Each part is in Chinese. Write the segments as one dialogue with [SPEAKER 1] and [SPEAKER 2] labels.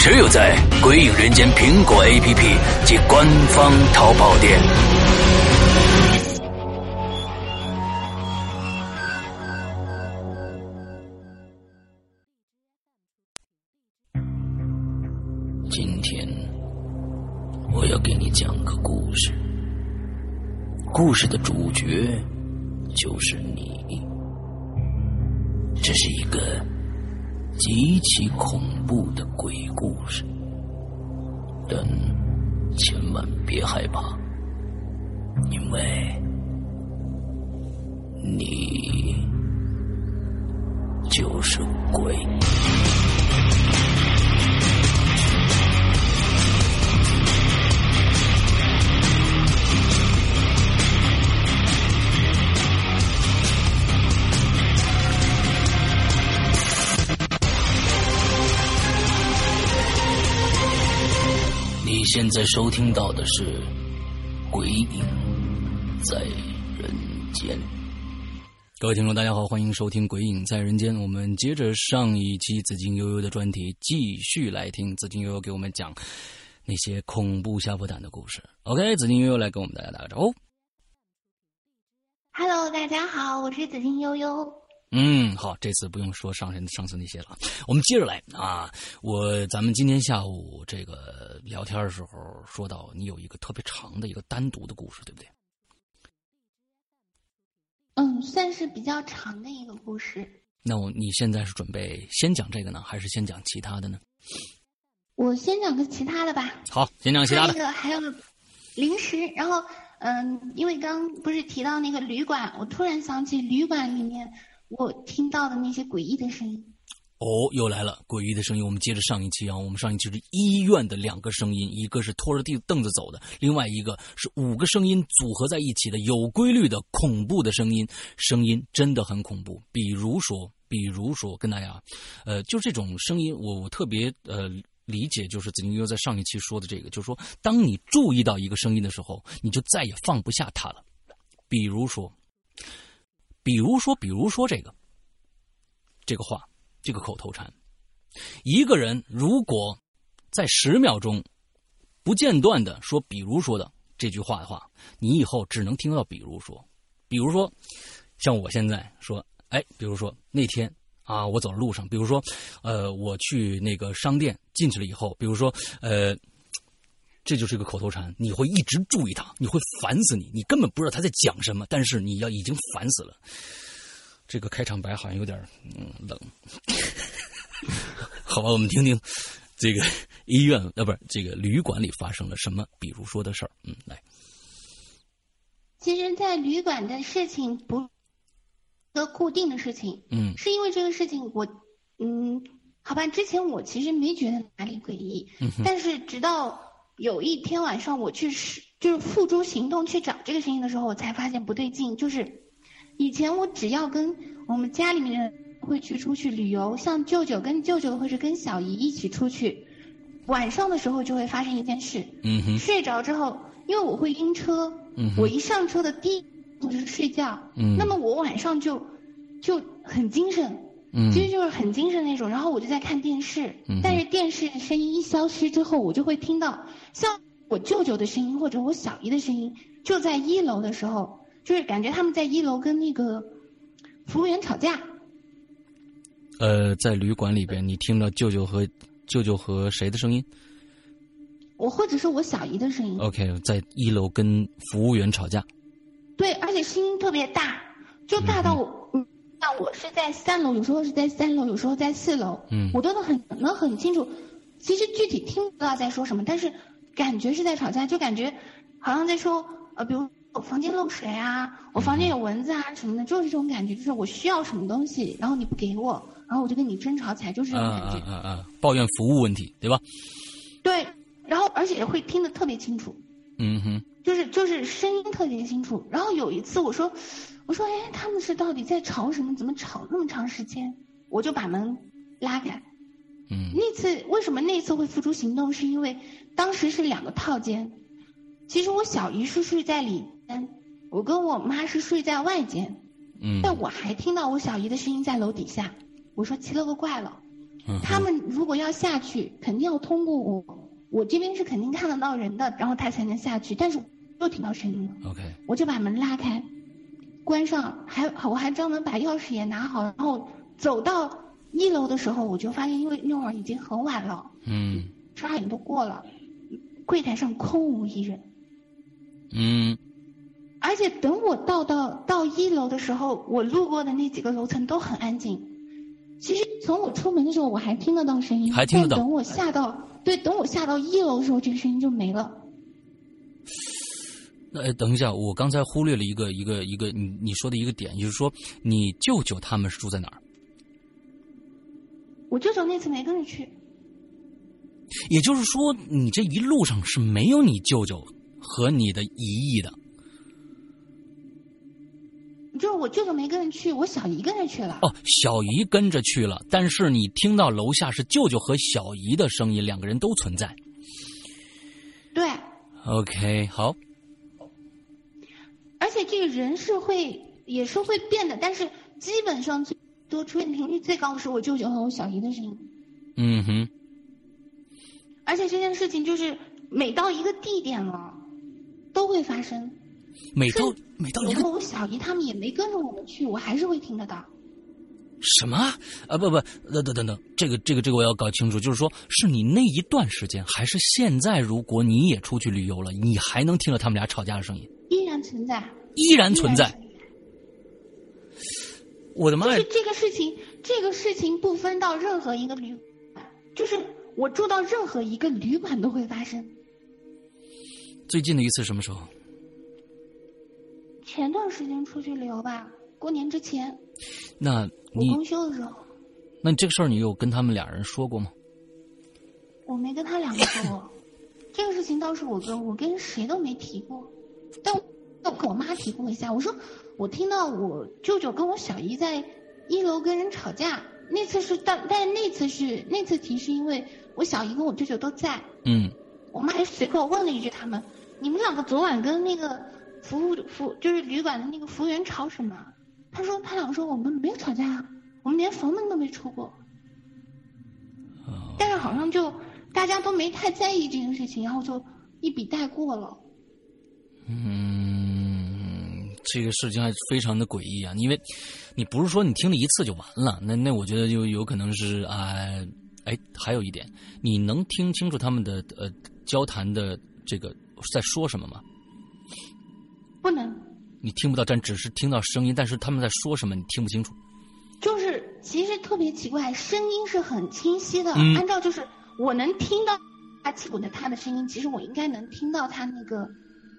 [SPEAKER 1] 只有在《鬼影人间》苹果 APP 及官方淘宝店。今天我要给你讲个故事，故事的主角就是你。这是一个极其恐怖的鬼故事，但千万别害怕，因为你就是鬼。你现在收听到的是《鬼影在人间》。各位听众，大家好，欢迎收听《鬼影在人间》。我们接着上一期紫金悠悠的专题，继续来听紫金悠悠给我们讲那些恐怖吓破胆的故事。OK，紫金悠悠来给我们大家打个招呼。
[SPEAKER 2] Hello，大家好，我是紫金悠悠。
[SPEAKER 1] 嗯，好，这次不用说上身上次那些了，我们接着来啊。我咱们今天下午这个聊天的时候说到，你有一个特别长的一个单独的故事，对不对？
[SPEAKER 2] 嗯，算是比较长的一个故事。
[SPEAKER 1] 那我你现在是准备先讲这个呢，还是先讲其他的呢？
[SPEAKER 2] 我先讲个其他的吧。
[SPEAKER 1] 好，先讲其他
[SPEAKER 2] 那
[SPEAKER 1] 的。
[SPEAKER 2] 个还有零食，然后嗯，因为刚不是提到那个旅馆，我突然想起旅馆里面我听到的那些诡异的声音。
[SPEAKER 1] 哦，又来了，诡异的声音。我们接着上一期啊，我们上一期是医院的两个声音，一个是拖着地凳子走的，另外一个是五个声音组合在一起的有规律的恐怖的声音，声音真的很恐怖。比如说，比如说，跟大家，呃，就这种声音，我我特别呃。理解就是子宁又在上一期说的这个，就是说，当你注意到一个声音的时候，你就再也放不下它了。比如说，比如说，比如说这个，这个话，这个口头禅。一个人如果在十秒钟不间断的说“比如说”的这句话的话，你以后只能听到“比如说”。比如说，像我现在说，哎，比如说那天啊，我走路上，比如说，呃，我去那个商店进去了以后，比如说，呃，这就是一个口头禅，你会一直注意它，你会烦死你，你根本不知道他在讲什么，但是你要已经烦死了。这个开场白好像有点嗯冷， 好吧，我们听听这个医院啊，不是这个旅馆里发生了什么，比如说的事儿。嗯，来，
[SPEAKER 2] 其实，在旅馆的事情不是一个固定的事情，
[SPEAKER 1] 嗯
[SPEAKER 2] 是因为这个事情我，嗯，好吧，之前我其实没觉得哪里诡异，
[SPEAKER 1] 嗯哼
[SPEAKER 2] 但是直到有一天晚上我去实就是付诸行动去找这个声音的时候，我才发现不对劲，就是以前我只要跟我们家里面人会去出去旅游，像舅舅跟舅舅或者跟小姨一起出去，晚上的时候就会发生一件事，
[SPEAKER 1] 嗯哼，
[SPEAKER 2] 睡着之后，因为我会晕车，
[SPEAKER 1] 嗯哼
[SPEAKER 2] 我一上车的第一就是睡觉，
[SPEAKER 1] 嗯
[SPEAKER 2] 那么我晚上就就很精神，
[SPEAKER 1] 嗯
[SPEAKER 2] 其实就是很精神那种。然后我就在看电视，
[SPEAKER 1] 嗯哼
[SPEAKER 2] 但是电视的声音一消失之后，我就会听到像我舅舅的声音或者我小姨的声音，就在一楼的时候，就是感觉他们在一楼跟那个服务员吵架，
[SPEAKER 1] 呃，在旅馆里边，你听到舅舅和舅舅和谁的声音
[SPEAKER 2] 我或者是我小姨的声音，
[SPEAKER 1] ？OK，在一楼跟服务员吵架。
[SPEAKER 2] 对，而且声音特别大，就大到我，嗯，像我是在三楼，有时候是在三楼，有时候在四楼，
[SPEAKER 1] 嗯
[SPEAKER 2] 我都能很能很清楚。其实具体听不到在说什么，但是感觉是在吵架，就感觉好像在说，呃，比如我房间漏水啊，我房间有蚊子啊什么的，就是这种感觉，就是我需要什么东西，然后你不给我，然后我就跟你争吵起来，就是这
[SPEAKER 1] 啊
[SPEAKER 2] 种感觉。
[SPEAKER 1] 啊啊啊！抱怨服务问题，对吧？
[SPEAKER 2] 对，然后而且会听得特别清楚。
[SPEAKER 1] 嗯哼，
[SPEAKER 2] 就是就是声音特别清楚。然后有一次我说，我说哎，他们是到底在吵什么？怎么吵那么长时间？我就把门拉开。
[SPEAKER 1] 嗯
[SPEAKER 2] 那次为什么那次会付诸行动？是因为当时是两个套间，其实我小姨是睡在里间，我跟我妈是睡在外间，
[SPEAKER 1] 嗯，
[SPEAKER 2] 但我还听到我小姨的声音在楼底下。我说奇了个怪了，
[SPEAKER 1] 嗯
[SPEAKER 2] 他们如果要下去，肯定要通过我，我这边是肯定看得到人的，然后他才能下去。但是我又听到声音了，
[SPEAKER 1] OK，
[SPEAKER 2] 我就把门拉开，关上，还我还专门把钥匙也拿好，然后走到一楼的时候，我就发现，因为那会儿已经很晚了，
[SPEAKER 1] 嗯
[SPEAKER 2] 十二点都过了，柜台上空无一人。
[SPEAKER 1] 嗯
[SPEAKER 2] 而且等我到到到一楼的时候，我路过的那几个楼层都很安静。其实从我出门的时候，我还听得到声音，
[SPEAKER 1] 还听得到
[SPEAKER 2] 但等我下到对，等我下到一楼的时候，这个声音就没了。
[SPEAKER 1] 那呃等一下，我刚才忽略了一个一个一个你你说的一个点，就是说你舅舅他们是住在哪儿？
[SPEAKER 2] 我舅舅那次没跟着去，
[SPEAKER 1] 也就是说，你这一路上是没有你舅舅和你的姨姨的。
[SPEAKER 2] 就是我舅舅没跟着去，我小姨跟着去了。
[SPEAKER 1] 哦，小姨跟着去了，但是你听到楼下是舅舅和小姨的声音，两个人都存在。
[SPEAKER 2] 对，
[SPEAKER 1] OK，好，
[SPEAKER 2] 而且这个人是会也是会变的，但是基本上最多出现频率最高的是我舅舅和我小姨的声音。
[SPEAKER 1] 嗯哼，
[SPEAKER 2] 而且这件事情就是每到一个地点了，都会发生。
[SPEAKER 1] 每到
[SPEAKER 2] 是
[SPEAKER 1] 每到一
[SPEAKER 2] 然
[SPEAKER 1] 个
[SPEAKER 2] 后我小姨他们也没跟着我们去，我还是会听得到。
[SPEAKER 1] 什么啊不不，等等等等，这个这个这个我要搞清楚，就是说是你那一段时间，还是现在？如果你也出去旅游了，你还能听到他们俩吵架的声音，
[SPEAKER 2] 依然存在，
[SPEAKER 1] 依然
[SPEAKER 2] 依
[SPEAKER 1] 存在。我的妈呀
[SPEAKER 2] 就！这个事情，这个事情不分到任何一个旅馆，就是我住到任何一个旅馆都会发生。
[SPEAKER 1] 最近的一次什么时候？
[SPEAKER 2] 前段时间出去旅游吧，过年之前，
[SPEAKER 1] 那
[SPEAKER 2] 我
[SPEAKER 1] 你
[SPEAKER 2] 公休的时候，
[SPEAKER 1] 那你这个事儿你有跟他们俩人说过吗？
[SPEAKER 2] 我没跟他两个说过。这个事情倒是我跟我跟谁都没提过，但我但我跟我妈提过一下。我说我听到我舅舅跟我小姨在一楼跟人吵架，那次是但但那次是那次提是因为我小姨跟我舅舅都在，
[SPEAKER 1] 嗯
[SPEAKER 2] 我妈还随口问了一句他们，你们两个昨晚跟那个服务服就是旅馆的那个服务员吵什么？他说他俩说我们没有吵架啊，我们连房门都没出过。但是好像就大家都没太在意这件事情，然后就一笔带过了。
[SPEAKER 1] 嗯，这个事情还非常的诡异啊，因为你不是说你听了一次就完了，那那我觉得就有可能是啊，哎，还有一点，你能听清楚他们的呃交谈的这个在说什么吗？
[SPEAKER 2] 不能，
[SPEAKER 1] 你听不到，但只是听到声音，但是他们在说什么你听不清楚。
[SPEAKER 2] 就是其实特别奇怪，声音是很清晰的。
[SPEAKER 1] 嗯
[SPEAKER 2] 按照就是我能听到他气鼓的他的声音，其实我应该能听到他那个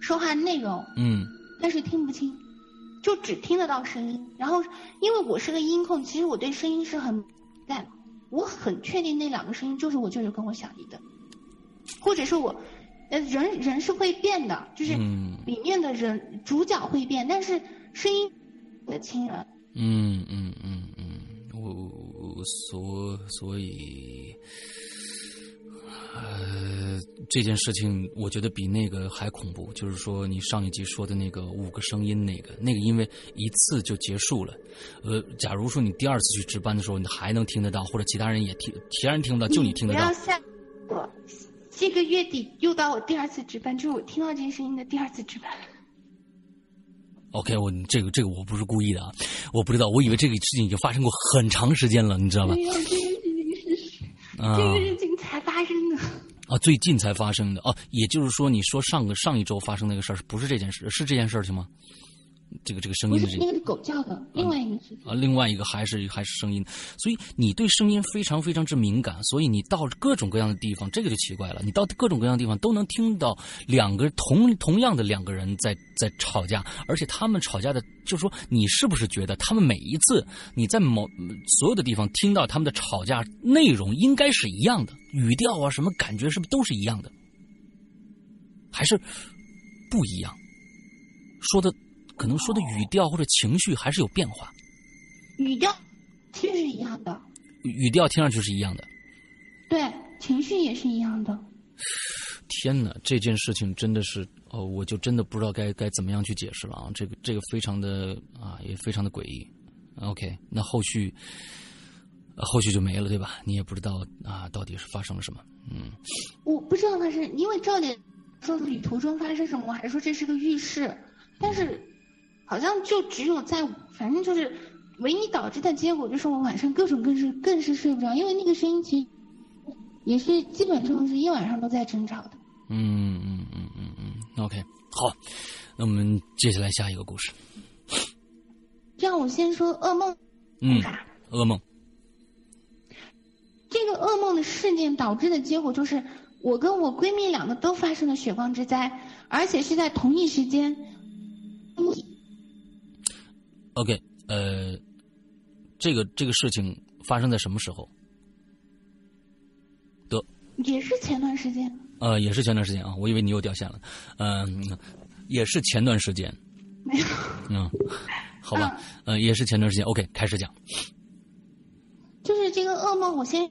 [SPEAKER 2] 说话内容。
[SPEAKER 1] 嗯
[SPEAKER 2] 但是听不清，就只听得到声音。然后，因为我是个音控，其实我对声音是很敏感，我很确定那两个声音就是我舅舅跟我小姨的，或者是我，呃，人人是会变的，就是
[SPEAKER 1] 嗯
[SPEAKER 2] 里面的人、主角会变，但是声音我的亲人。
[SPEAKER 1] 嗯嗯嗯嗯，我我我所所以，呃，这件事情我觉得比那个还恐怖，就是说你上一集说的那个五个声音那个那个，因为一次就结束了。呃，假如说你第二次去值班的时候，你还能听得到，或者其他人也听，其他人听不到，就你听得
[SPEAKER 2] 不
[SPEAKER 1] 到
[SPEAKER 2] 要。吓我。这个月底又到我第二次值班，就是我听到这个声音的第二次值班。
[SPEAKER 1] OK，我这个这个我不是故意的啊，我不知道，我以为这个事情已经发生过很长时间了，你知道吧
[SPEAKER 2] 没？有 这个事情是
[SPEAKER 1] 啊、
[SPEAKER 2] 这个事情才发生的。
[SPEAKER 1] 啊，最近才发生的哦、也就是说，你说上个上一周发生那个事儿，不是这件事，是这件事情吗？这个这个声
[SPEAKER 2] 不
[SPEAKER 1] 音
[SPEAKER 2] 是
[SPEAKER 1] 的这个
[SPEAKER 2] 那个是狗叫的，另外一个是
[SPEAKER 1] 啊，另外一个还是还是声音，所以你对声音非常非常之敏感，所以你到各种各样的地方，这个就奇怪了，你到各种各样的地方都能听到两个同同样的两个人在在吵架，而且他们吵架的，就是说你是不是觉得他们每一次你在某所有的地方听到他们的吵架内容应该是一样的，语调啊什么感觉是不是都是一样的？还是不一样，说的可能说的语调或者情绪还是有变化，
[SPEAKER 2] 语调其实是一样的，
[SPEAKER 1] 语调听上去是一样的。
[SPEAKER 2] 对，情绪也是一样的。
[SPEAKER 1] 天哪，这件事情真的是，哦，我就真的不知道该该怎么样去解释了啊！这个这个非常的啊，也非常的诡异。OK，那后续、呃后续就没了，对吧？你也不知道啊，到底是发生了什么？嗯，
[SPEAKER 2] 我不知道他是因为照理说旅途中发生什么，我还说这是个浴室，但是好像就只有在，反正就是唯一导致的结果就是我晚上各种更是更是睡不着，因为那个声音其实也是基本上是一晚上都在争吵的。
[SPEAKER 1] 嗯嗯嗯嗯嗯，OK，好，那我们接下来下一个故事。
[SPEAKER 2] 让我先说噩梦
[SPEAKER 1] 嗯，
[SPEAKER 2] 吧。
[SPEAKER 1] 噩梦。
[SPEAKER 2] 这个噩梦的事件导致的结果就是，我跟我闺蜜两个都发生了血光之灾，而且是在同一时间。
[SPEAKER 1] OK，呃，这个这个事情发生在什么时候？
[SPEAKER 2] 也是前段时间，
[SPEAKER 1] 呃，也是前段时间啊，我以为你又掉线了。嗯、也是前段时间。
[SPEAKER 2] 没有。嗯
[SPEAKER 1] 嗯，好吧，呃，也是前段时间。OK，开始讲。
[SPEAKER 2] 就是这个噩梦，我先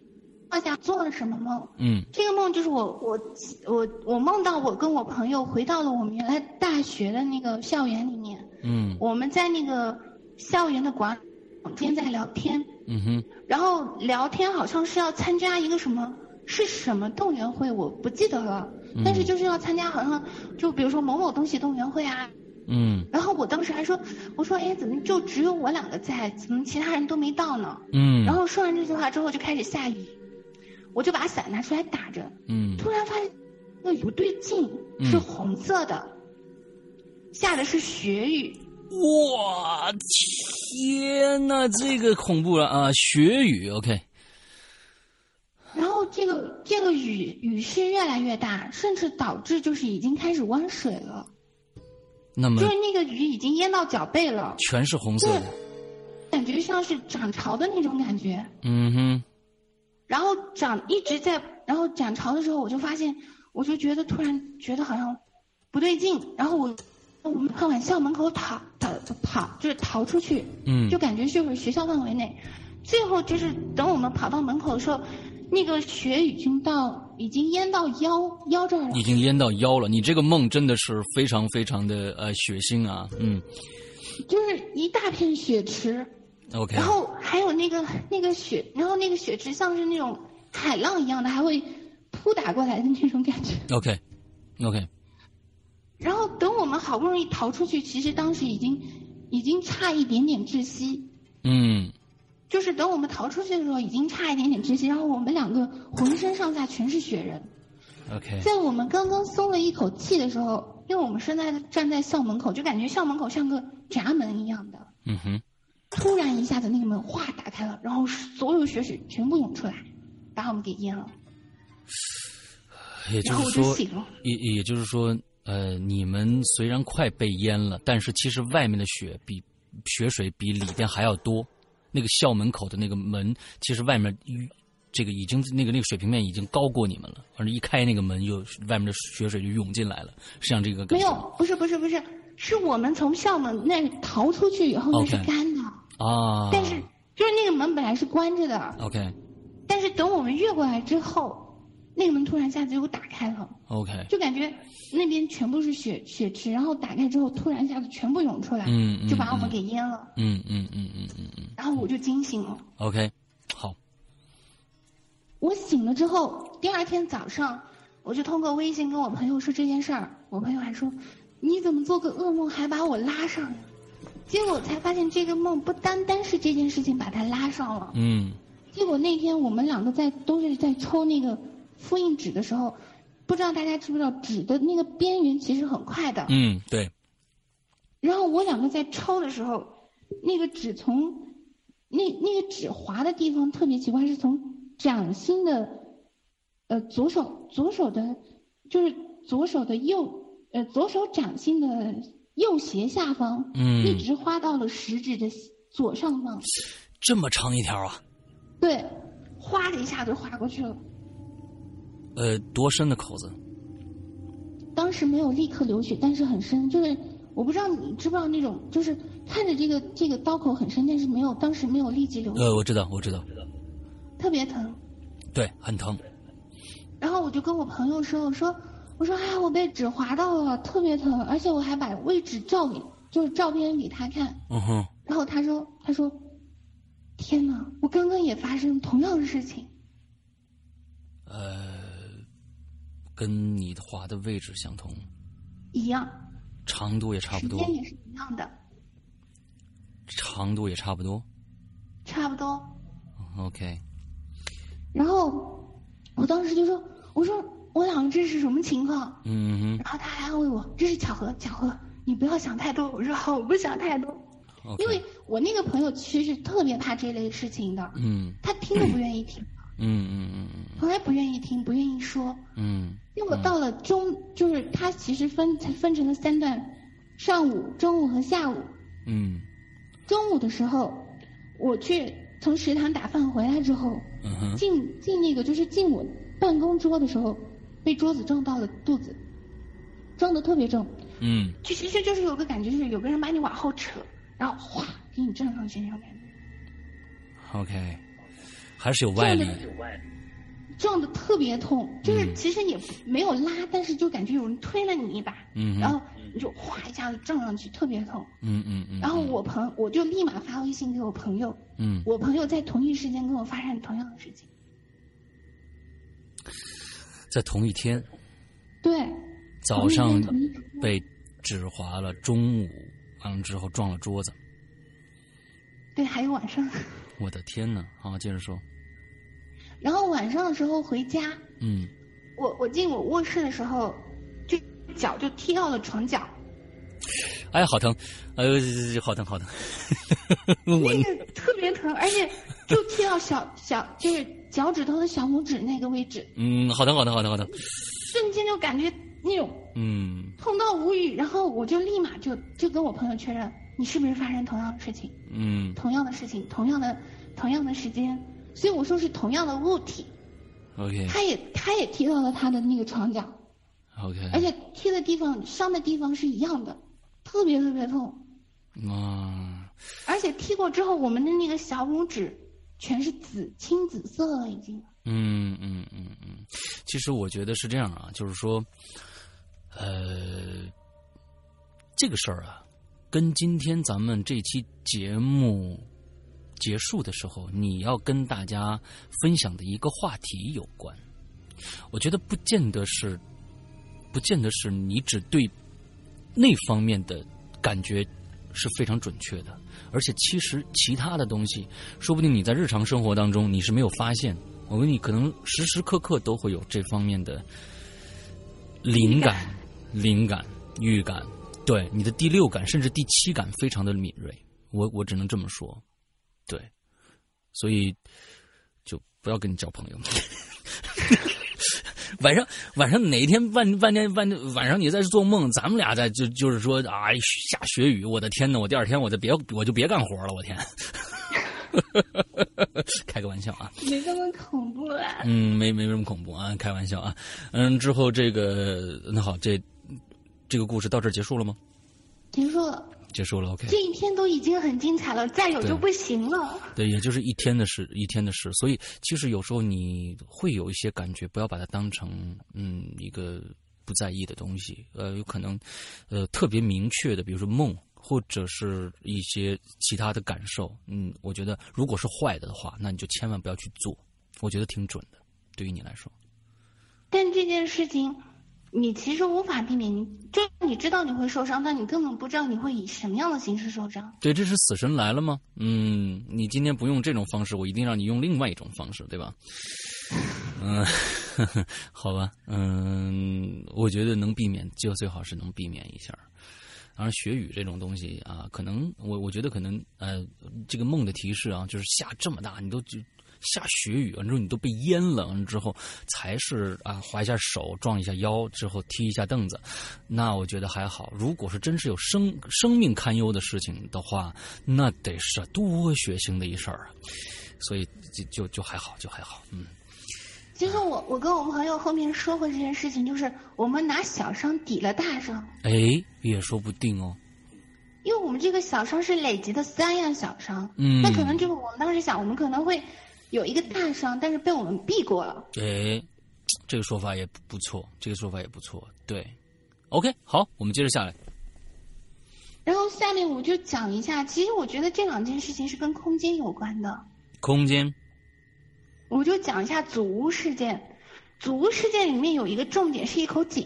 [SPEAKER 2] 说一下做了什么梦。
[SPEAKER 1] 嗯
[SPEAKER 2] 这个梦就是我我我我梦到我跟我朋友回到了我们原来大学的那个校园里面，
[SPEAKER 1] 嗯
[SPEAKER 2] 我们在那个校园的广场间在聊天，
[SPEAKER 1] 嗯哼
[SPEAKER 2] 然后聊天好像是要参加一个什么是什么动员会，我不记得了，
[SPEAKER 1] 嗯
[SPEAKER 2] 但是就是要参加好像就比如说某某东西动员会啊，
[SPEAKER 1] 嗯
[SPEAKER 2] 然后我当时还说我说哎怎么就只有我两个在，怎么其他人都没到呢？
[SPEAKER 1] 嗯
[SPEAKER 2] 然后说完这句话之后就开始下雨，我就把伞拿出来打着。
[SPEAKER 1] 嗯
[SPEAKER 2] 突然发现那雨不对劲，
[SPEAKER 1] 嗯
[SPEAKER 2] 是红色的，下的是雪雨。
[SPEAKER 1] 哇天呐，这个恐怖了啊！雪雨，OK，
[SPEAKER 2] 然后这个这个雨雨是越来越大，甚至导致就是已经开始汪水了，
[SPEAKER 1] 那么
[SPEAKER 2] 就是那个雨已经淹到脚背了，
[SPEAKER 1] 全是红色的，
[SPEAKER 2] 感觉像是涨潮的那种感觉。
[SPEAKER 1] 嗯哼，
[SPEAKER 2] 然后涨一直在，然后涨潮的时候，我就发现，我就觉得突然觉得好像不对劲，然后我我们快往校门口逃逃跑，就是逃出去，
[SPEAKER 1] 嗯
[SPEAKER 2] 就感觉就是学校范围内。最后就是等我们跑到门口的时候，那个雪已经到已经淹到腰腰这儿了
[SPEAKER 1] 已。经淹到腰了。你这个梦真的是非常非常的呃血腥啊，嗯
[SPEAKER 2] 就是一大片血池，
[SPEAKER 1] ，OK，
[SPEAKER 2] 然后还有那个那个雪，然后那个雪池像是那种海浪一样的，还会扑打过来的那种感觉。
[SPEAKER 1] OK OK，
[SPEAKER 2] 然后等我们好不容易逃出去，其实当时已经已经差一点点窒息，
[SPEAKER 1] 嗯
[SPEAKER 2] 就是等我们逃出去的时候已经差一点点窒息，然后我们两个浑身上下全是血人。
[SPEAKER 1] ，OK，
[SPEAKER 2] 在我们刚刚松了一口气的时候，因为我们现在站在校门口，就感觉校门口像个闸门一样的，
[SPEAKER 1] 嗯哼，
[SPEAKER 2] 突然一下子那个门哗打开了，然后所有血水全部涌出来，把我们给淹了，
[SPEAKER 1] 也就
[SPEAKER 2] 然后我
[SPEAKER 1] 是
[SPEAKER 2] 就
[SPEAKER 1] 说，
[SPEAKER 2] 醒了。
[SPEAKER 1] 也也就是说，呃，你们虽然快被淹了，但是其实外面的雪比雪水比里边还要多。那个校门口的那个门，其实外面淤这个已经那个那个水平面已经高过你们了，而一开那个门就，外面的雪水就涌进来了，是像这个感
[SPEAKER 2] 没
[SPEAKER 1] 觉
[SPEAKER 2] 有，不是不是不是，是我们从校门那儿逃出去以后那是
[SPEAKER 1] OK
[SPEAKER 2] 干的。
[SPEAKER 1] 啊。
[SPEAKER 2] 但是就是那个门本来是关着的，
[SPEAKER 1] OK
[SPEAKER 2] 但是等我们越过来之后，那个门突然一下子又打开了，
[SPEAKER 1] OK，
[SPEAKER 2] 就感觉那边全部是血血池，然后打开之后突然一下子全部涌出来，
[SPEAKER 1] 嗯嗯
[SPEAKER 2] 就把我们给淹了，
[SPEAKER 1] 嗯嗯嗯嗯嗯嗯
[SPEAKER 2] 然后我就惊醒了。
[SPEAKER 1] ，OK，好，
[SPEAKER 2] 我醒了之后，第二天早上我就通过微信跟我朋友说这件事儿，我朋友还说你怎么做个噩梦还把我拉上呀？结果才发现这个梦不单单是这件事情把他拉上了，
[SPEAKER 1] 嗯
[SPEAKER 2] 结果那天我们两个在都是在抽那个复印纸的时候，不知道大家知不知道，纸的那个边缘其实很快的。
[SPEAKER 1] 嗯，对，
[SPEAKER 2] 然后我两个在抽的时候，那个纸从那那个纸划的地方特别奇怪，是从掌心的呃左手左手的，就是左手的右呃左手掌心的右斜下方，
[SPEAKER 1] 嗯
[SPEAKER 2] 一直划到了食指的左上方。
[SPEAKER 1] 这么长一条啊，
[SPEAKER 2] 对，哗的一下就划过去了。
[SPEAKER 1] 呃，多深的口子？
[SPEAKER 2] 当时没有立刻流血，但是很深，就是我不知道你知不知道那种，就是看着这个这个刀口很深，但是没有当时没有立即流血，
[SPEAKER 1] 呃，我知道，我知道，
[SPEAKER 2] 特别疼。
[SPEAKER 1] 对，很疼。
[SPEAKER 2] 然后我就跟我朋友说，我说我说哎，我被纸划到了，特别疼，而且我还把位置照给就是照片给他看，
[SPEAKER 1] 嗯哼，
[SPEAKER 2] 然后他说他说，天哪，我刚刚也发生同样的事情。
[SPEAKER 1] 呃跟你划的位置相同，
[SPEAKER 2] 一样，
[SPEAKER 1] 长度也差不
[SPEAKER 2] 时
[SPEAKER 1] 多，
[SPEAKER 2] 间也是一样的，
[SPEAKER 1] 长度也差不多。
[SPEAKER 2] 差不多。
[SPEAKER 1] OK，
[SPEAKER 2] 然后我当时就说：“我说我想这是什么情况
[SPEAKER 1] 嗯？”
[SPEAKER 2] 然后他还安慰我：“这是巧合，巧合，你不要想太多。”我说：“好，我不想太多。
[SPEAKER 1] 哼，OK，
[SPEAKER 2] 因为我那个朋友其实是特别怕这类事情的，
[SPEAKER 1] 嗯
[SPEAKER 2] 他听都不愿意听，
[SPEAKER 1] 嗯嗯嗯嗯
[SPEAKER 2] 从来不愿意听，不愿意说。
[SPEAKER 1] 嗯
[SPEAKER 2] 结果到了中，就是他其实分分成了三段，上午、中午和下午。
[SPEAKER 1] 嗯
[SPEAKER 2] 中午的时候，我去从食堂打饭回来之后，
[SPEAKER 1] 嗯哼，
[SPEAKER 2] 进进那个就是进我办公桌的时候，被桌子撞到了肚子，撞得特别重。
[SPEAKER 1] 嗯
[SPEAKER 2] 就其实就是有个感觉，就是有个人把你往后扯，然后哗给你撞上去那种感觉，
[SPEAKER 1] ，OK，还是有外
[SPEAKER 2] 撞
[SPEAKER 1] 力。
[SPEAKER 2] 的撞得特别痛，
[SPEAKER 1] 嗯
[SPEAKER 2] 就是其实也不没有拉，但是就感觉有人推了你一把，
[SPEAKER 1] 嗯
[SPEAKER 2] 然
[SPEAKER 1] 哼，
[SPEAKER 2] 后你就哗一下子撞上去，特别痛。
[SPEAKER 1] 嗯嗯嗯，
[SPEAKER 2] 然后我朋我就立马发微信给我朋友，
[SPEAKER 1] 嗯，
[SPEAKER 2] 我朋友在同一时间跟我发生同样的事情。
[SPEAKER 1] 在同一天
[SPEAKER 2] 对，
[SPEAKER 1] 早上
[SPEAKER 2] 同一天同一
[SPEAKER 1] 被纸划了，中午完了之后撞了桌子，
[SPEAKER 2] 对，还有晚上。
[SPEAKER 1] 我的天呐！好，接着说，
[SPEAKER 2] 然后晚上的时候回家，
[SPEAKER 1] 嗯
[SPEAKER 2] 我我进我卧室的时候，就脚就踢到了床角，
[SPEAKER 1] 哎，好疼，呃，好疼，好疼，我
[SPEAKER 2] 那个哎特别疼，而且就踢到小小就是脚趾头的小拇指那个位置，
[SPEAKER 1] 嗯，好疼，好疼，好疼，好疼，
[SPEAKER 2] 瞬间就感觉那种
[SPEAKER 1] 嗯
[SPEAKER 2] 痛到无语，然后我就立马就就跟我朋友确认，你是不是发生同样的事情，
[SPEAKER 1] 嗯
[SPEAKER 2] 同样的事情，同样的同样的时间，所以我说是同样的物体，
[SPEAKER 1] ，OK
[SPEAKER 2] 他也他也踢到了他的那个床角，而
[SPEAKER 1] OK，
[SPEAKER 2] 且踢的地方伤的地方是一样的，特别特别痛。
[SPEAKER 1] 啊，
[SPEAKER 2] 而且踢过之后，我们的那个小拇指全是紫青紫色了，已经。
[SPEAKER 1] 嗯嗯嗯嗯，其实我觉得是这样啊，就是说，呃，这个事儿啊，跟今天咱们这期节目结束的时候，你要跟大家分享的一个话题有关。我觉得不见得是，不见得是你只对那方面的感觉是非常准确的，而且其实其他的东西，说不定你在日常生活当中你是没有发现。我跟你可能时时刻刻都会有这方面的灵感、灵感、预感，对你的第六感甚至第七感非常的敏锐。我我只能这么说，对，所以就不要跟你交朋友。 晚上晚上哪一天万万天万晚上你在做梦，咱们俩在就就是说啊下雪雨，我的天呐，我第二天我就别我就别干活了，我天， 开个玩笑啊，
[SPEAKER 2] 没那么恐怖啊！
[SPEAKER 1] 嗯，没没什么恐怖啊，开玩笑啊，嗯，之后这个那好，这这个故事到这儿结束了吗？
[SPEAKER 2] 结束了，
[SPEAKER 1] 结束了，OK。
[SPEAKER 2] 这一天都已经很精彩了，再有
[SPEAKER 1] 对
[SPEAKER 2] 就不行了。
[SPEAKER 1] 对，也就是一天的事，一天的事。所以其实有时候你会有一些感觉，不要把它当成嗯一个不在意的东西。呃，有可能呃特别明确的，比如说梦或者是一些其他的感受。嗯，我觉得如果是坏的的话，那你就千万不要去做。我觉得挺准的，对于你来说，
[SPEAKER 2] 但这件事情，你其实无法避免，你就你知道你会受伤，但你根本不知道你会以什么样的形式受伤。
[SPEAKER 1] 对，这是死神来了吗？嗯，你今天不用这种方式，我一定让你用另外一种方式，对吧？嗯， 好吧，嗯，我觉得能避免就最好是能避免一下儿。当然，血雨这种东西啊，可能我我觉得可能呃，这个梦的提示啊，就是下这么大，你都就下血雨，完之后你都被淹了，完之后才是啊划一下手，撞一下腰，之后踢一下凳子，那我觉得还好。如果是真是有生生命堪忧的事情的话，那得是多血腥的一事儿啊。所以就就就还好，就还好，嗯。
[SPEAKER 2] 其实我我跟我朋友后面说过这件事情，就是我们拿小伤抵了大伤，
[SPEAKER 1] 哎，也说不定哦。
[SPEAKER 2] 因为我们这个小伤是累积的三样小伤，
[SPEAKER 1] 嗯
[SPEAKER 2] 那可能就是我们当时想，我们可能会有一个大伤，但是被我们避过了。
[SPEAKER 1] 哎，这个说法也不不错，这个说法也不错。对，OK，好，我们接着下来。
[SPEAKER 2] 然后下面我就讲一下，其实我觉得这两件事情是跟空间有关的，
[SPEAKER 1] 空间，
[SPEAKER 2] 我就讲一下祖屋事件。祖屋事件里面有一个重点是一口井，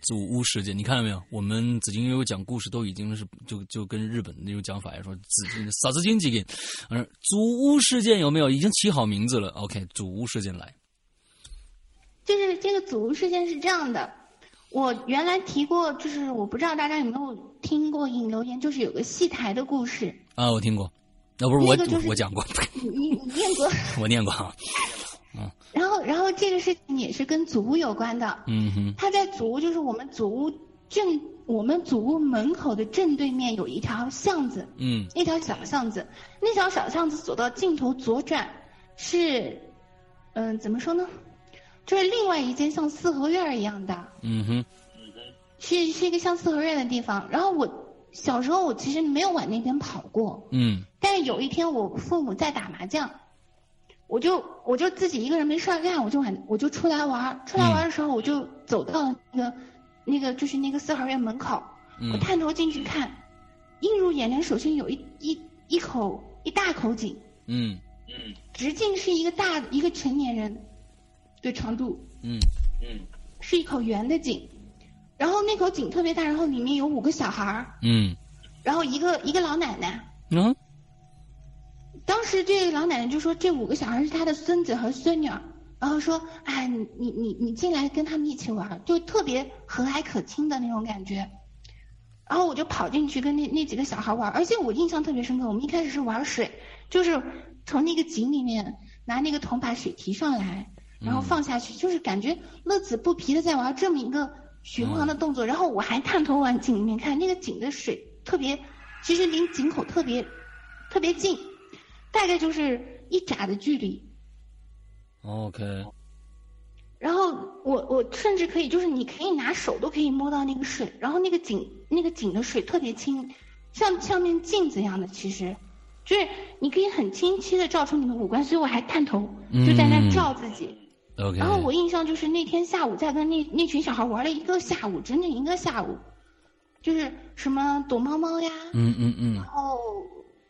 [SPEAKER 1] 祖屋事件，你看到没有？我们紫金悠悠讲故事都已经是就就跟日本的那种讲法一样，说紫金傻子金几个，而祖屋事件有没有已经起好名字了？OK，祖屋事件来，
[SPEAKER 2] 就是这个祖屋事件是这样的，我原来提过，就是我不知道大家有没有听过引流言，就是有个戏台的故事，
[SPEAKER 1] 啊，我听过，那、不是我、
[SPEAKER 2] 那个就是
[SPEAKER 1] 我讲过，
[SPEAKER 2] 你你你念过？
[SPEAKER 1] 我念过啊，
[SPEAKER 2] 然后然后这个事情也是跟祖屋有关的，
[SPEAKER 1] 嗯哼，
[SPEAKER 2] 它在祖屋就是我们祖屋正我们祖屋门口的正对面有一条巷子，
[SPEAKER 1] 嗯
[SPEAKER 2] 一条小巷子，那条小巷子走到尽头左转是，嗯、怎么说呢？就是另外一间像四合院儿一样的，
[SPEAKER 1] 嗯哼，
[SPEAKER 2] 是是一个像四合院的地方。然后我小时候我其实没有往那边跑过，
[SPEAKER 1] 嗯
[SPEAKER 2] 但是有一天我父母在打麻将，我就我就自己一个人没事儿干，我就往我就出来玩儿。出来玩儿的时候，我就走到了那个、那个就是那个四合院门口，我
[SPEAKER 1] 嗯
[SPEAKER 2] 探头进去看，映入眼帘首先有一一一口一大口井，
[SPEAKER 1] 嗯
[SPEAKER 2] 直径是一个大一个成年人的长度。
[SPEAKER 1] 嗯
[SPEAKER 2] 是一口圆的井，然后那口井特别大，然后里面有五个小孩儿，
[SPEAKER 1] 嗯
[SPEAKER 2] 然后一个一个老奶奶。
[SPEAKER 1] 嗯，
[SPEAKER 2] 当时这个老奶奶就说这五个小孩是她的孙子和孙女儿，然后说哎你你你你进来跟他们一起玩儿，就特别和蔼可亲的那种感觉。然后我就跑进去跟那那几个小孩玩儿，而且我印象特别深刻，我们一开始是玩水，就是从那个井里面拿那个桶把水提上来，然后放下去，就是感觉乐此不疲的在玩这么一个循环的动作。然后我还探头往井里面看，那个井的水特别，其实离井口特别特别近，大概就是一拃的距离。
[SPEAKER 1] OK，
[SPEAKER 2] 然后我我甚至可以，就是你可以拿手都可以摸到那个水，然后那个井那个井的水特别清，像像面镜子一样的，其实就是你可以很清晰的照出你的五官，所以我还探头就在那
[SPEAKER 1] 嗯
[SPEAKER 2] 照自己。
[SPEAKER 1] OK，
[SPEAKER 2] 然后我印象就是那天下午在跟那那群小孩玩了一个下午，整整一个下午，就是什么躲猫猫呀，
[SPEAKER 1] 嗯嗯嗯
[SPEAKER 2] 然后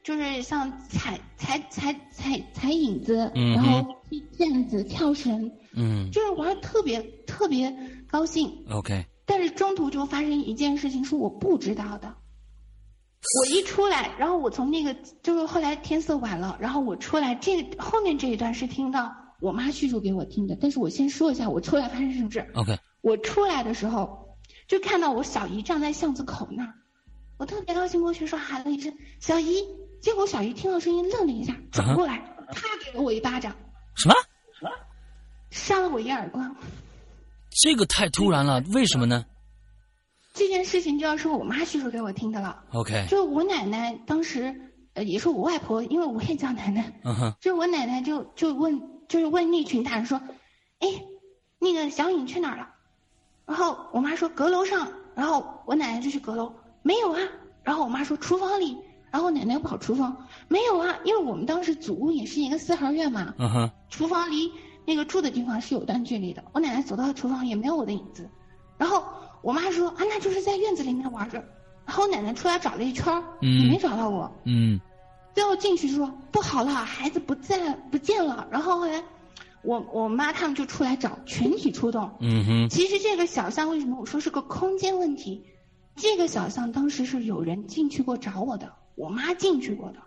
[SPEAKER 2] 就是像踩踩踩踩踩影子，
[SPEAKER 1] 嗯
[SPEAKER 2] 然后踢毽子、跳绳，
[SPEAKER 1] 嗯
[SPEAKER 2] 就是玩得特别特别高兴。
[SPEAKER 1] ，OK，
[SPEAKER 2] 但是中途就发生一件事情是我不知道的。我一出来，然后我从那个就是后来天色晚了，然后我出来，这个后面这一段是听到我妈叙述给我听的。但是我先说一下我出来发生什么事。
[SPEAKER 1] OK，
[SPEAKER 2] 我出来的时候，就看到我小姨站在巷子口那儿，我特别高兴过去说喊了一声“小姨”，结果小姨听到声音愣了一下，转过来，啪给了我一巴掌，
[SPEAKER 1] 什么？
[SPEAKER 2] 扇了我一耳光。
[SPEAKER 1] 这个太突然了，为什么呢
[SPEAKER 2] 这件事情就要说我妈叙述给我听的了。
[SPEAKER 1] ？OK，
[SPEAKER 2] 就是我奶奶当时，呃，也是我外婆，因为我也叫奶奶。
[SPEAKER 1] 嗯哼，
[SPEAKER 2] 就是我奶奶就就问，就是问那群大人说：“哎，那个小颖去哪儿了？”然后我妈说：“阁楼上。”然后我奶奶就去阁楼，没有啊。然后我妈说：“厨房里。”然后我奶奶又跑厨房，没有啊，因为我们当时祖屋也是一个四合院嘛，
[SPEAKER 1] 嗯哼，
[SPEAKER 2] 厨房离那个住的地方是有段距离的。我奶奶走到厨房也没有我的影子，然后我妈说啊，那就是在院子里面玩着。然后我奶奶出来找了一圈儿，
[SPEAKER 1] 嗯
[SPEAKER 2] 也没找到我。
[SPEAKER 1] 嗯
[SPEAKER 2] 最后进去说不好了，孩子不在不见了。然后后来我我妈他们就出来找，全体出动。
[SPEAKER 1] 嗯哼，
[SPEAKER 2] 其实这个小巷为什么我说是个空间问题？这个小巷当时是有人进去过找我的，我妈进去过的，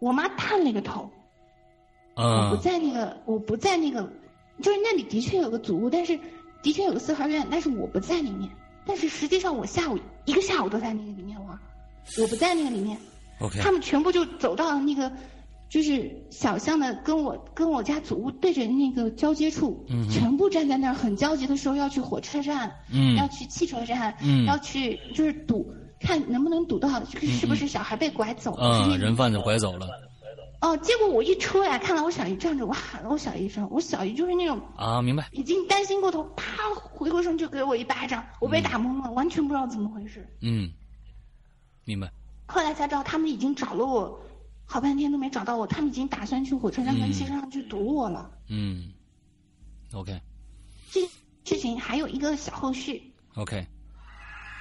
[SPEAKER 2] 我妈探了个头，我不
[SPEAKER 1] 嗯
[SPEAKER 2] 在那个，我不在那个，就是那里的确有个祖屋，但是的确有个四合院，但是我不在里面。但是实际上，我下午一个下午都在那个里面玩，我不在那个里面。
[SPEAKER 1] ，OK，
[SPEAKER 2] 他们全部就走到了那个，就是小巷的，跟我跟我家祖屋对着那个交接处，
[SPEAKER 1] 嗯哼
[SPEAKER 2] 全部站在那儿，很焦急的说要去火车站，
[SPEAKER 1] 嗯
[SPEAKER 2] 要去汽车站，
[SPEAKER 1] 嗯
[SPEAKER 2] 要去就是堵，看能不能堵到，就是不是小孩被拐走了之类
[SPEAKER 1] 嗯，
[SPEAKER 2] 的
[SPEAKER 1] 人贩子拐走了，
[SPEAKER 2] 哦，结果我一出来，看到我小姨站着，我喊了我小姨一声，我小姨就是那种
[SPEAKER 1] 啊，明白，
[SPEAKER 2] 已经担心过头，啪回过身就给我一巴掌，我被打懵了，完全不知道怎么回事。
[SPEAKER 1] 嗯，明白，
[SPEAKER 2] 后来才知道他们已经找了我好半天都没找到我，他们已经打算去火车站跟汽车上去堵我了。
[SPEAKER 1] 嗯，OK
[SPEAKER 2] 这事情还有一个小后续。
[SPEAKER 1] OK，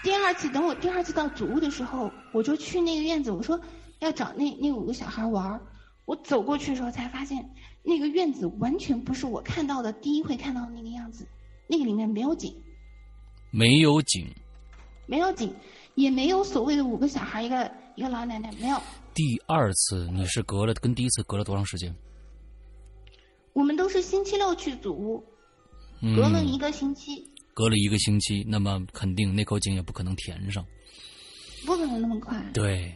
[SPEAKER 2] 第二次等我第二次到祖屋的时候，我就去那个院子，我说要找那那五个小孩玩儿。我走过去的时候才发现，那个院子完全不是我看到的第一回看到的那个样子，那个里面没有井，
[SPEAKER 1] 没有井。
[SPEAKER 2] 没有井，也没有所谓的五个小孩一个一个老奶奶，没有。
[SPEAKER 1] 第二次你是隔了跟第一次隔了多长时间？
[SPEAKER 2] 我们都是星期六去祖屋，
[SPEAKER 1] 嗯，
[SPEAKER 2] 隔了一个星期，
[SPEAKER 1] 隔了一个星期，那么肯定那口井也不可能填上。
[SPEAKER 2] 不可能那么快。
[SPEAKER 1] 对，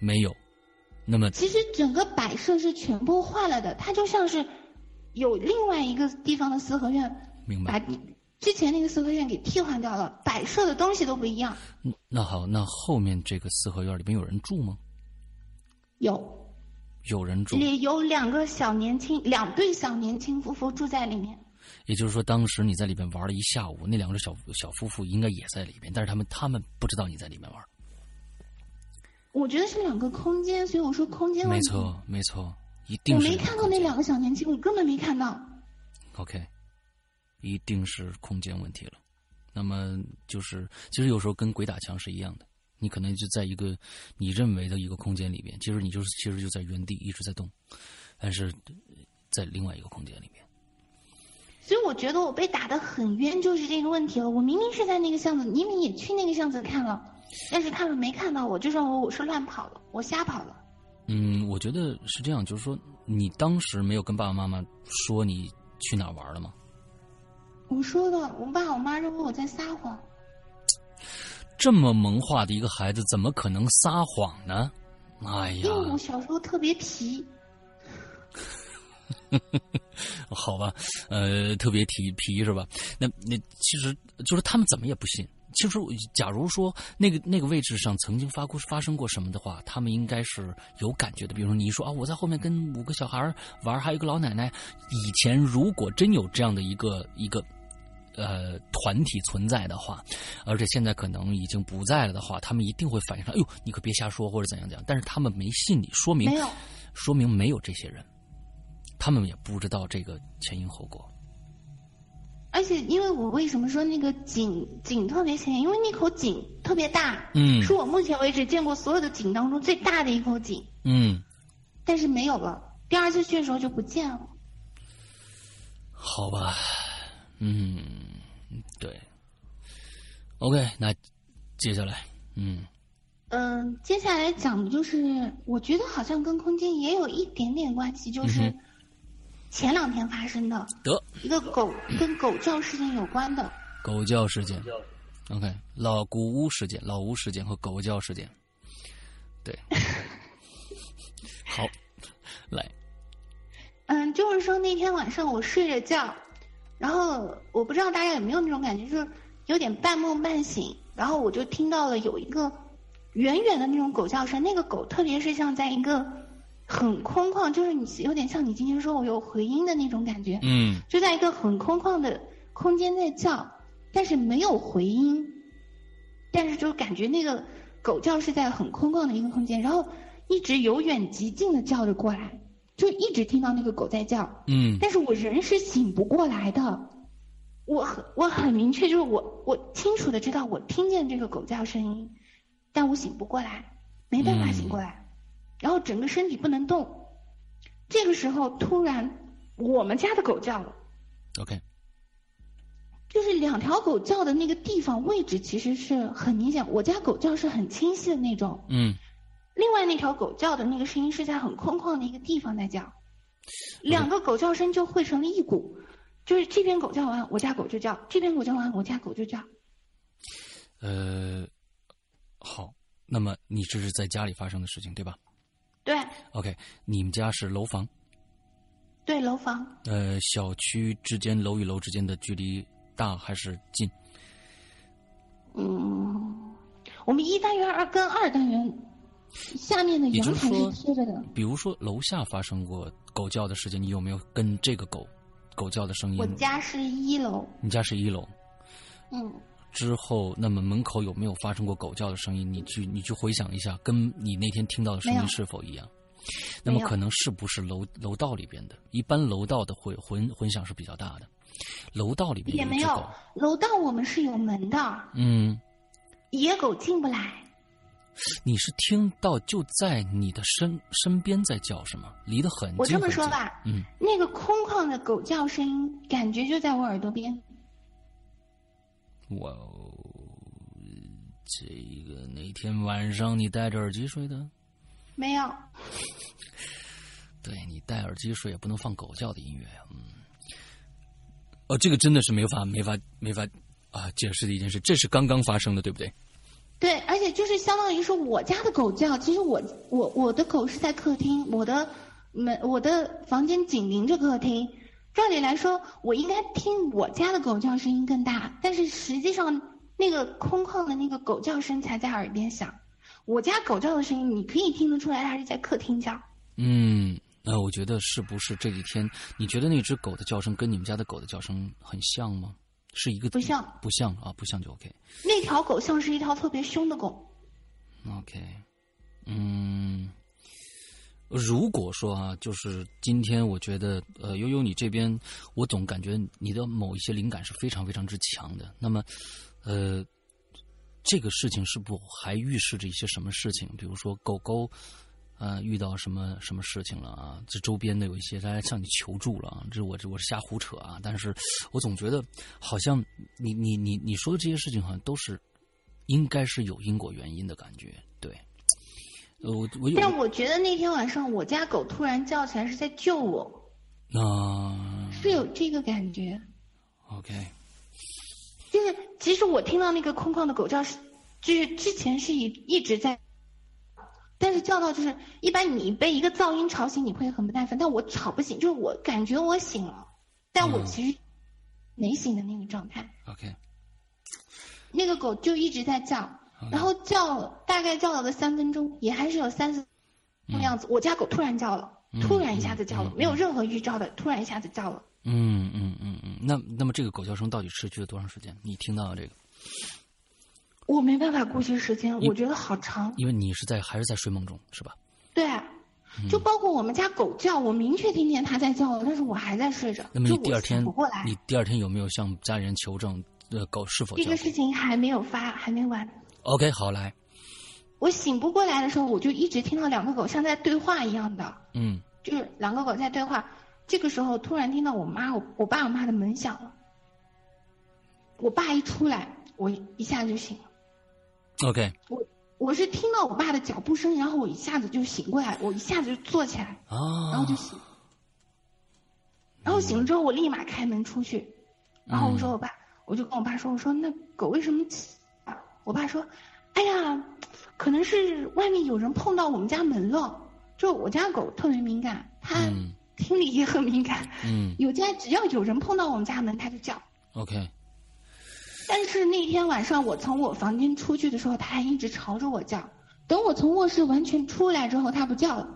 [SPEAKER 1] 没有。那么
[SPEAKER 2] 其实整个摆设是全部换了的，它就像是有另外一个地方的四合院，
[SPEAKER 1] 明
[SPEAKER 2] 把
[SPEAKER 1] 白。
[SPEAKER 2] 之前那个四合院给替换掉了，摆设的东西都不一样。
[SPEAKER 1] 嗯那好，那后面这个四合院里面有人住吗？
[SPEAKER 2] 有
[SPEAKER 1] 有人住，
[SPEAKER 2] 里有两个小年轻，两对小年轻夫妇住在里面。
[SPEAKER 1] 也就是说，当时你在里边玩了一下午，那两个小小夫妇应该也在里边，但是他们他们不知道你在里面玩。
[SPEAKER 2] 我觉得是两个空间，所以我说空间
[SPEAKER 1] 没
[SPEAKER 2] 问题。
[SPEAKER 1] 错，没错，一
[SPEAKER 2] 我
[SPEAKER 1] 定是
[SPEAKER 2] 没看到那两个小年轻，我根本没看到。
[SPEAKER 1] OK，一定是空间问题了。那么就是，其实有时候跟鬼打墙是一样的，你可能就在一个你认为的一个空间里边，其实你就是其实就在原地一直在动，但是呃在另外一个空间里面。
[SPEAKER 2] 所以我觉得我被打得很冤，就是这个问题了。我明明是在那个巷子，你们也去那个巷子看了，但是他们没看到我，就认为我是乱跑的，我瞎跑了。
[SPEAKER 1] 嗯，我觉得是这样，就是说你当时没有跟爸爸妈妈说你去哪儿玩了吗？
[SPEAKER 2] 我说的，我爸我妈认为我在撒谎。
[SPEAKER 1] 这么萌化的一个孩子，怎么可能撒谎呢？哎呀
[SPEAKER 2] 因，为我小时候特别皮，
[SPEAKER 1] 好吧，呃，特别提皮是吧？那那其实就是他们怎么也不信。其实我，假如说那个那个位置上曾经发过发生过什么的话，他们应该是有感觉的。比如说你一说啊，我在后面跟五个小孩玩，还有一个老奶奶。以前如果真有这样的一个一个呃团体存在的话，而且现在可能已经不在了的话，他们一定会反应上，哎呦，你可别瞎说或者怎样怎样。但是他们没信你，说明
[SPEAKER 2] 没有
[SPEAKER 1] 说明没有这些人，他们也不知道这个前因后果。
[SPEAKER 2] 而且因为我为什么说那个井井特别显眼？因为那口井特别大，
[SPEAKER 1] 嗯
[SPEAKER 2] 是我目前为止见过所有的井当中最大的一口井，
[SPEAKER 1] 嗯，
[SPEAKER 2] 但是没有了。第二次去的时候就不见了。
[SPEAKER 1] 好吧，嗯，对。OK，那接下来，嗯
[SPEAKER 2] 嗯，接下来讲的就是，我觉得好像跟空间也有一点点关系，就是
[SPEAKER 1] 嗯
[SPEAKER 2] 前两天发生的
[SPEAKER 1] 得
[SPEAKER 2] 一个狗跟狗叫事件有关的。
[SPEAKER 1] 狗叫事件，OK，老古屋事件、老屋事件和狗叫事件， 对，好，来，
[SPEAKER 2] 嗯，就是说那天晚上我睡着觉，然后我不知道大家有没有那种感觉，就是有点半梦半醒，然后我就听到了有一个远远的那种狗叫声，那个狗特别是像在一个很空旷，就是你有点像你今天说我有回音的那种感觉，
[SPEAKER 1] 嗯
[SPEAKER 2] 就在一个很空旷的空间在叫，但是没有回音，但是就感觉那个狗叫是在很空旷的一个空间，然后一直由远及近的叫着过来，就一直听到那个狗在叫，
[SPEAKER 1] 嗯
[SPEAKER 2] 但是我人是醒不过来的。我很我很明确，就是我我清楚的知道我听见这个狗叫声音，但我醒不过来，没办法醒过来，然后整个身体不能动。这个时候突然，我们家的狗叫了，
[SPEAKER 1] ，OK，
[SPEAKER 2] 就是两条狗叫的那个地方位置其实是很明显，我家狗叫是很清晰的那种，
[SPEAKER 1] 嗯，
[SPEAKER 2] 另外那条狗叫的那个声音是在很空旷的一个地方在叫，
[SPEAKER 1] 嗯
[SPEAKER 2] 两个狗叫声就汇成了一股，就是这边狗叫完，我家狗就叫；这边狗叫完，我家狗就叫。
[SPEAKER 1] 呃，好，那么你这是在家里发生的事情对吧
[SPEAKER 2] 对
[SPEAKER 1] ？OK，你们家是楼房。
[SPEAKER 2] 对，楼房
[SPEAKER 1] 呃，小区之间楼与楼之间的距离大还是近？
[SPEAKER 2] 嗯我们一单元二跟二单元下面的
[SPEAKER 1] 也就
[SPEAKER 2] 阳
[SPEAKER 1] 是
[SPEAKER 2] 台
[SPEAKER 1] 说嗯
[SPEAKER 2] 是贴着的，
[SPEAKER 1] 比如说楼下发生过狗叫的事情，你有没有跟这个狗狗叫的声音？
[SPEAKER 2] 我家是一楼，
[SPEAKER 1] 你家是一楼，
[SPEAKER 2] 嗯，
[SPEAKER 1] 之后，那么门口有没有发生过狗叫的声音？你去你去回想一下，跟你那天听到的声
[SPEAKER 2] 没
[SPEAKER 1] 音
[SPEAKER 2] 有
[SPEAKER 1] 是否一样？那么
[SPEAKER 2] 没有
[SPEAKER 1] 可能是不是楼楼道里边的？一般楼道的会混混响是比较大的，楼道里边
[SPEAKER 2] 也
[SPEAKER 1] 有
[SPEAKER 2] 没
[SPEAKER 1] 一只
[SPEAKER 2] 有啊
[SPEAKER 1] 狗，
[SPEAKER 2] 楼道我们是有门的，
[SPEAKER 1] 嗯，
[SPEAKER 2] 野狗进不来，
[SPEAKER 1] 你是听到就在你的身身边在叫是吗？离得很近。
[SPEAKER 2] 我这么
[SPEAKER 1] 很
[SPEAKER 2] 说
[SPEAKER 1] 近，
[SPEAKER 2] 吧，
[SPEAKER 1] 嗯，
[SPEAKER 2] 那个空旷的狗叫声音，感觉就在我耳朵边。
[SPEAKER 1] 我呃这个哪天晚上你戴着耳机睡的？
[SPEAKER 2] 没有，
[SPEAKER 1] 对你戴耳机睡也不能放狗叫的音乐呀、嗯，哦，这个真的是没法没法没法啊解释的一件事，这是刚刚发生的，对不对？
[SPEAKER 2] 对，而且就是相当于是我家的狗叫，其实我我我的狗是在客厅，我的门我的房间紧邻着客厅，照理来说我应该听我家的狗叫声音更大，但是实际上那个空旷的那个狗叫声才在耳边响，我家狗叫的声音你可以听得出来它是在客厅叫，
[SPEAKER 1] 嗯，那我觉得是不是这几天你觉得那只狗的叫声跟你们家的狗的叫声很像吗？是一个
[SPEAKER 2] 不像
[SPEAKER 1] 不像啊，不像就 OK
[SPEAKER 2] 那条狗像是一条特别凶的狗，
[SPEAKER 1] OK，嗯。如果说啊，就是今天，我觉得，呃，悠悠你这边，我总感觉你的某一些灵感是非常非常之强的。那么，呃，这个事情是不还预示着一些什么事情？比如说狗狗，呃，遇到什么什么事情了啊？这周边的有一些大家呃向你求助了啊，这我这我是瞎胡扯啊，但是我总觉得好像你你你你说的这些事情好像都是应该是有因果原因的感觉，对。呃，我我有
[SPEAKER 2] 但我觉得那天晚上我家狗突然叫起来是在救我，
[SPEAKER 1] 那、啊
[SPEAKER 2] 是有这个感觉。
[SPEAKER 1] OK，
[SPEAKER 2] 就是其实我听到那个空旷的狗叫是，就是之前是一一直在，但是叫到就是一般你被一个噪音吵醒，你会很不耐烦，但我吵不醒，就是我感觉我醒了，但我
[SPEAKER 1] 嗯
[SPEAKER 2] 其实没醒的那个状态。
[SPEAKER 1] OK，
[SPEAKER 2] 那个狗就一直在叫，
[SPEAKER 1] 嗯
[SPEAKER 2] 然后叫大概叫了个三分钟，也还是有三四的样子。我家狗突然叫了，
[SPEAKER 1] 嗯
[SPEAKER 2] 突然一下子叫了，
[SPEAKER 1] 嗯嗯
[SPEAKER 2] 没有任何预兆的，突然一下子叫了。
[SPEAKER 1] 嗯嗯嗯嗯，那那么这个狗叫声到底持续了多长时间？你听到了这个，
[SPEAKER 2] 我没办法估计时间，
[SPEAKER 1] 嗯
[SPEAKER 2] 我觉得好长。
[SPEAKER 1] 因为你是在还是在睡梦中是吧？
[SPEAKER 2] 对啊，
[SPEAKER 1] 嗯
[SPEAKER 2] 就包括我们家狗叫，我明确听见它在叫了，但是我还在睡着，
[SPEAKER 1] 那么
[SPEAKER 2] 就
[SPEAKER 1] 你
[SPEAKER 2] 我
[SPEAKER 1] 第二天
[SPEAKER 2] 醒不过来。
[SPEAKER 1] 你第二天有没有向家里人求证，呃，狗是否
[SPEAKER 2] 这
[SPEAKER 1] 叫
[SPEAKER 2] 个事情还没有发，还没完。
[SPEAKER 1] ？OK，好，来，
[SPEAKER 2] 我醒不过来的时候，我就一直听到两个狗像在对话一样的，
[SPEAKER 1] 嗯
[SPEAKER 2] 就是两个狗在对话。这个时候突然听到我妈、我我爸、我妈的门响了，我爸一出来，我一下就醒了。
[SPEAKER 1] ，OK，
[SPEAKER 2] 我我是听到我爸的脚步声，然后我一下子就醒过来，我一下子就坐起来，
[SPEAKER 1] 啊，
[SPEAKER 2] 然后就醒。然后醒了之后，我立马开门出去，然后我说我爸，我就跟我爸说，我说那狗为什么起啊？我爸说，哎呀，可能是外面有人碰到我们家门了。就我家狗特别敏感，它
[SPEAKER 1] 嗯
[SPEAKER 2] 听力也很敏感，
[SPEAKER 1] 嗯
[SPEAKER 2] 有家只要有人碰到我们家门，它就叫。
[SPEAKER 1] ，OK，
[SPEAKER 2] 但是那天晚上我从我房间出去的时候，它还一直朝着我叫。等我从卧室完全出来之后，它不叫了，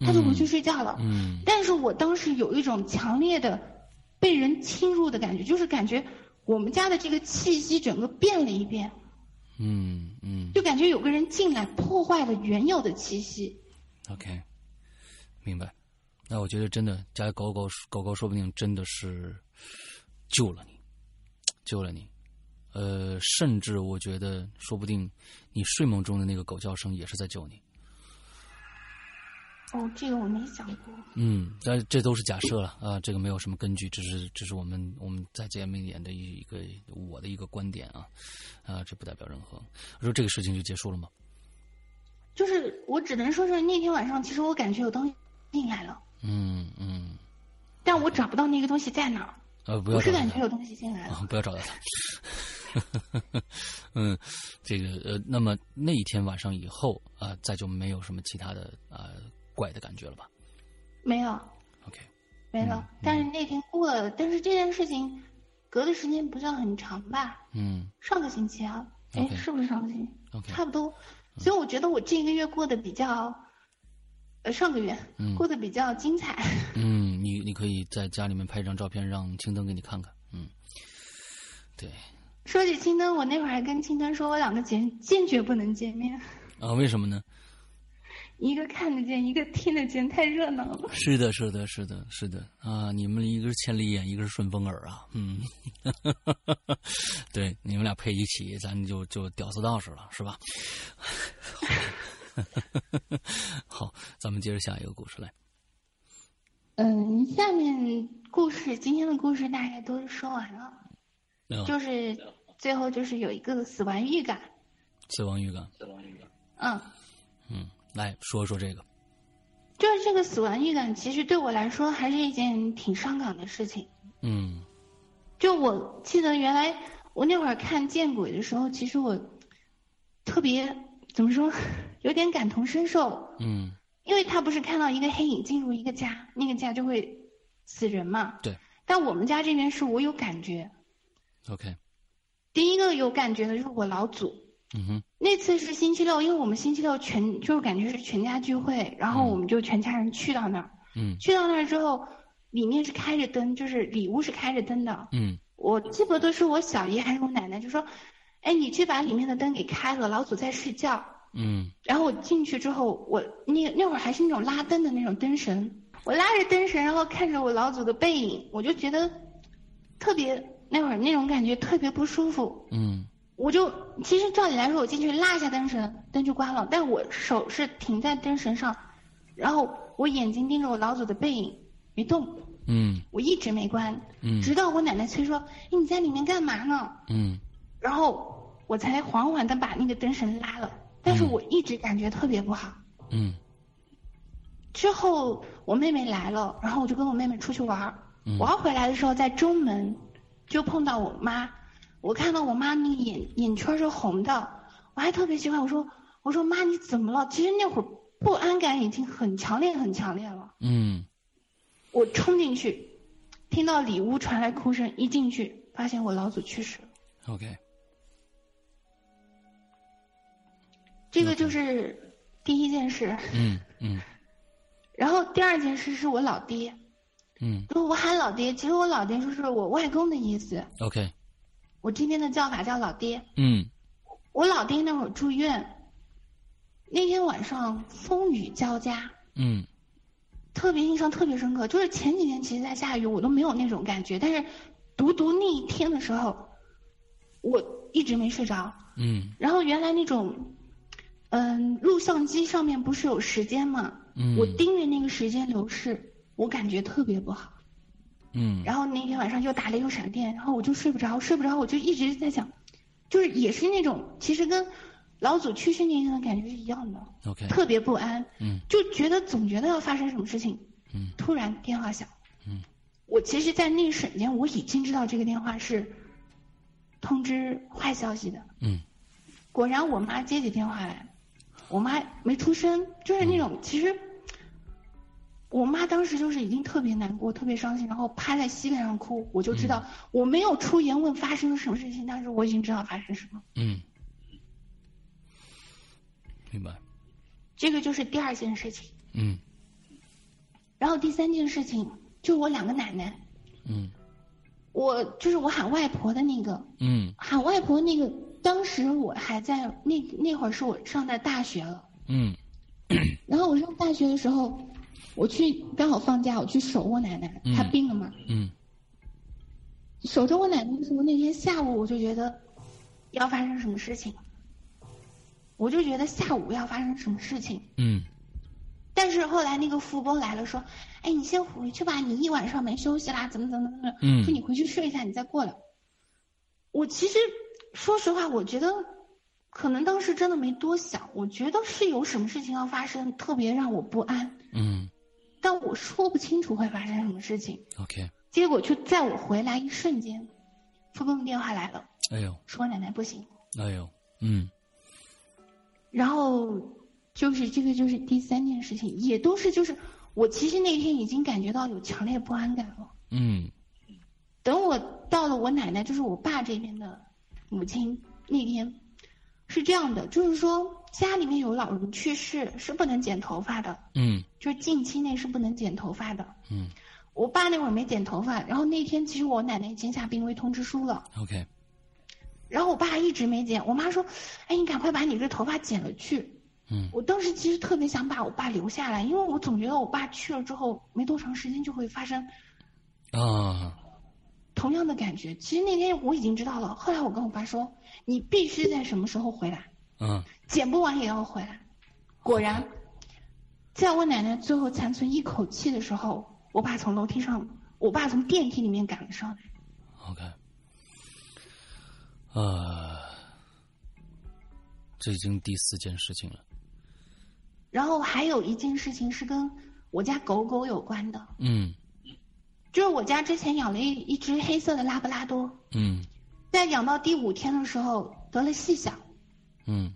[SPEAKER 2] 它就回去睡觉了。
[SPEAKER 1] 嗯
[SPEAKER 2] 但是我当时有一种强烈的被人侵入的感觉，就是感觉我们家的这个气息整个变了一遍，
[SPEAKER 1] 嗯嗯
[SPEAKER 2] 就感觉有个人进来破坏了原有的气息。
[SPEAKER 1] ，OK，明白。那我觉得真的，家里狗狗狗狗说不定真的是救了你，救了你。呃，甚至我觉得，说不定你睡梦中的那个狗叫声也是在救你。
[SPEAKER 2] 哦，这个我没想过。
[SPEAKER 1] 嗯，但是这都是假设了啊、这个没有什么根据，只是只是我们我们在节目里演的一一个我的一个观点啊，啊、这不代表任何。我说这个事情就结束了吗？
[SPEAKER 2] 就是我只能说是那天晚上，其实我感觉有东西进来了，
[SPEAKER 1] 嗯嗯，
[SPEAKER 2] 但我找不到那个东西在哪儿。
[SPEAKER 1] 呃，不要
[SPEAKER 2] 我
[SPEAKER 1] 找
[SPEAKER 2] 是
[SPEAKER 1] 他
[SPEAKER 2] 感觉有东西进来了。
[SPEAKER 1] 啊，不要找到他。 嗯，这个呃，那么那一天晚上以后啊、再就没有什么其他的啊、怪的感觉了吧
[SPEAKER 2] 没有，
[SPEAKER 1] ？OK，
[SPEAKER 2] 没
[SPEAKER 1] 嗯
[SPEAKER 2] 了。但是那天过了，但是这件事情隔的时间不算很长吧？
[SPEAKER 1] 嗯
[SPEAKER 2] 上个星期啊，哎
[SPEAKER 1] OK，
[SPEAKER 2] 是不是上个星期？
[SPEAKER 1] ，OK，嗯
[SPEAKER 2] 差不多，所以我觉得我这个月过得比较，呃，上个月、
[SPEAKER 1] 嗯
[SPEAKER 2] 过得比较精彩。
[SPEAKER 1] 嗯，你你可以在家里面拍一张照片，让青灯给你看看。嗯，对，
[SPEAKER 2] 说起青灯，我那会儿还跟青灯说，我两个坚坚决不能见面，
[SPEAKER 1] 啊，为什么呢？
[SPEAKER 2] 一个看得见，一个听得见，太热闹了。
[SPEAKER 1] 是的，是的，是的，是的啊！你们一个是千里眼，一个是顺风耳啊，嗯， 对，你们俩配一起，咱就就屌丝道士了，是吧？ 好，咱们接着下一个故事来。
[SPEAKER 2] 嗯，下面故事，今天的故事大概都说完了，
[SPEAKER 1] 嗯，
[SPEAKER 2] 就是最后就是有一个死亡预感。
[SPEAKER 1] 死亡预感，
[SPEAKER 2] 嗯，
[SPEAKER 1] 嗯，来说说这个，
[SPEAKER 2] 就是这个死亡预感，其实对我来说还是一件挺伤感的事情。
[SPEAKER 1] 嗯
[SPEAKER 2] 就我记得原来我那会儿看《见鬼》的时候，其实我特别怎么说，有点感同身受，
[SPEAKER 1] 嗯
[SPEAKER 2] 因为他不是看到一个黑影进入一个家，那个家就会死人嘛。
[SPEAKER 1] 对。
[SPEAKER 2] 但我们家这边是我有感觉，
[SPEAKER 1] ，OK，
[SPEAKER 2] 第一个有感觉的是我老祖，
[SPEAKER 1] 嗯哼，
[SPEAKER 2] 那次是星期六，因为我们星期六全就是感觉是全家聚会，然后我们就全家人去到那儿。
[SPEAKER 1] 嗯
[SPEAKER 2] 去到那儿之后，里面是开着灯，就是里屋是开着灯的。
[SPEAKER 1] 嗯
[SPEAKER 2] 我记不得是我小姨还是我奶奶，就说：“哎，你去把里面的灯给开了，老祖在睡觉。
[SPEAKER 1] 嗯”
[SPEAKER 2] 然后我进去之后，我那那会儿还是那种拉灯的那种灯神，我拉着灯神，然后看着我老祖的背影，我就觉得特别那会儿那种感觉特别不舒服。
[SPEAKER 1] 嗯
[SPEAKER 2] 我就其实照理来说，我进去拉一下灯绳，灯就关了，但我手是停在灯绳上，然后我眼睛盯着我老祖的背影没动，
[SPEAKER 1] 嗯
[SPEAKER 2] 我一直没关，
[SPEAKER 1] 嗯
[SPEAKER 2] 直到我奶奶催说：“哎，你在里面干嘛呢
[SPEAKER 1] 嗯？”
[SPEAKER 2] 然后我才缓缓的把那个灯绳拉了，但是我一直感觉特别不好。
[SPEAKER 1] 嗯
[SPEAKER 2] 之后我妹妹来了，然后我就跟我妹妹出去玩儿。
[SPEAKER 1] 嗯
[SPEAKER 2] 玩回来的时候，在中门就碰到我妈，我看到我妈那个眼眼圈是红的，我还特别奇怪，我说我说妈你怎么了？其实那会儿不安感已经很强烈很强烈了。
[SPEAKER 1] 嗯
[SPEAKER 2] 我冲进去，听到里屋传来哭声，一进去发现我老祖去世了。
[SPEAKER 1] ，OK，
[SPEAKER 2] 这个就是第一件事，
[SPEAKER 1] 嗯嗯
[SPEAKER 2] 然后第二件事是我老爹，
[SPEAKER 1] 嗯
[SPEAKER 2] 如果我喊老爹，其实我老爹就是我外公的意思。
[SPEAKER 1] ，OK，
[SPEAKER 2] 我这边的叫法叫老爹。
[SPEAKER 1] 嗯
[SPEAKER 2] 我老爹那会儿住院，那天晚上风雨交加，
[SPEAKER 1] 嗯
[SPEAKER 2] 特别印象特别深刻。就是前几天其实在下雨，我都没有那种感觉，但是独独那一天的时候，我一直没睡着。
[SPEAKER 1] 嗯
[SPEAKER 2] 然后原来那种，嗯，录像机上面不是有时间嘛，
[SPEAKER 1] 嗯，
[SPEAKER 2] 我盯着那个时间流逝，我感觉特别不好。
[SPEAKER 1] 嗯
[SPEAKER 2] 然后那天晚上又打雷又闪电，然后我就睡不着，睡不着，我就一直在想，就是也是那种其实跟老祖去世那天的感觉是一样的，
[SPEAKER 1] ，OK，
[SPEAKER 2] 特别不安，
[SPEAKER 1] 嗯
[SPEAKER 2] 就觉得总觉得要发生什么事情。
[SPEAKER 1] 嗯
[SPEAKER 2] 突然电话响，
[SPEAKER 1] 嗯，
[SPEAKER 2] 我其实，在那一瞬间我已经知道这个电话是通知坏消息的。
[SPEAKER 1] 嗯
[SPEAKER 2] 果然，我妈接起电话来，我妈没出声，就是
[SPEAKER 1] 嗯
[SPEAKER 2] 那种其实。我妈当时就是已经特别难过，特别伤心，然后趴在膝盖上哭。我就知
[SPEAKER 1] 嗯
[SPEAKER 2] 道、我没有出言问发生了什么事情，但是我已经知道发生什么。
[SPEAKER 1] 嗯，明白，
[SPEAKER 2] 这个就是第二件事情。
[SPEAKER 1] 嗯
[SPEAKER 2] 然后第三件事情就我两个奶奶，
[SPEAKER 1] 嗯
[SPEAKER 2] 我就是我喊外婆的那个，
[SPEAKER 1] 嗯
[SPEAKER 2] 喊外婆那个，当时我还在那那会儿是我上的大学了。
[SPEAKER 1] 嗯
[SPEAKER 2] 然后我上大学的时候，我去刚好放假，我去守我奶奶
[SPEAKER 1] 嗯，
[SPEAKER 2] 她病了嘛。
[SPEAKER 1] 嗯
[SPEAKER 2] 守着我奶奶的时候，那天下午我就觉得要发生什么事情，我就觉得下午要发生什么事情。
[SPEAKER 1] 嗯
[SPEAKER 2] 但是后来那个富翁来了，说：“哎，你先回去吧，你一晚上没休息啦，怎么怎么怎么着？
[SPEAKER 1] 嗯
[SPEAKER 2] 说你回去睡一下，你再过来。”我其实说实话，我觉得可能当时真的没多想，我觉得是有什么事情要发生，特别让我不安，
[SPEAKER 1] 嗯
[SPEAKER 2] 但我说不清楚会发生什么事情。
[SPEAKER 1] ，OK，
[SPEAKER 2] 结果就在我回来一瞬间，富翁的电话来了，
[SPEAKER 1] 哎呦
[SPEAKER 2] 说奶奶不行。
[SPEAKER 1] 哎呦，嗯
[SPEAKER 2] 然后就是这个就是第三件事情，也都是就是我其实那天已经感觉到有强烈不安感了。
[SPEAKER 1] 嗯
[SPEAKER 2] 等我到了我奶奶，就是我爸这边的母亲那天，是这样的，就是说家里面有老人去世是不能剪头发的，
[SPEAKER 1] 嗯
[SPEAKER 2] 就是近期内是不能剪头发的。
[SPEAKER 1] 嗯
[SPEAKER 2] 我爸那会儿没剪头发，然后那天其实我奶奶已经下病危通知书了，
[SPEAKER 1] ，OK，
[SPEAKER 2] 然后我爸一直没剪，我妈说：“哎，你赶快把你这头发剪了去。”
[SPEAKER 1] 嗯
[SPEAKER 2] 我当时其实特别想把我爸留下来，因为我总觉得我爸去了之后没多长时间就会发生
[SPEAKER 1] 啊，
[SPEAKER 2] 同样的感觉。其实那天我已经知道了，后来我跟我爸说：“你必须在什么时候回来，
[SPEAKER 1] 嗯
[SPEAKER 2] 剪不完也要回来。”果然，在我奶奶最后残存一口气的时候，我爸从楼梯上，我爸从电梯里面赶了上来。
[SPEAKER 1] ，OK，啊，这已经第四件事情了。
[SPEAKER 2] 然后还有一件事情是跟我家狗狗有关的，
[SPEAKER 1] 嗯
[SPEAKER 2] 就是我家之前养了一一只黑色的拉布拉多，
[SPEAKER 1] 嗯
[SPEAKER 2] 在养到第五天的时候得了细小，
[SPEAKER 1] 嗯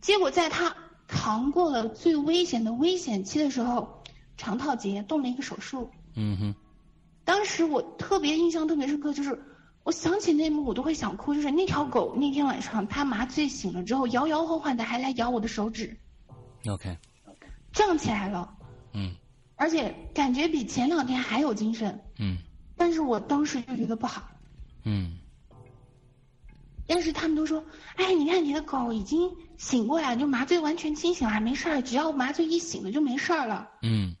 [SPEAKER 2] 结果在它扛过了最危险的危险期的时候，肠套结动了一个手术。
[SPEAKER 1] 嗯哼，
[SPEAKER 2] 当时我特别印象特别深刻，就是我想起那一幕我都会想哭，就是那条狗那天晚上它麻醉醒了之后摇摇晃晃的还来咬我的手指，
[SPEAKER 1] OK，
[SPEAKER 2] 站起来了，
[SPEAKER 1] 嗯
[SPEAKER 2] 而且感觉比前两天还有精神，
[SPEAKER 1] 嗯
[SPEAKER 2] 但是我当时就觉得不好。
[SPEAKER 1] 嗯
[SPEAKER 2] 但是他们都说，哎，你看你的狗已经醒过来，就麻醉完全清醒了，还没事儿，只要麻醉一醒了就没事儿了。
[SPEAKER 1] 嗯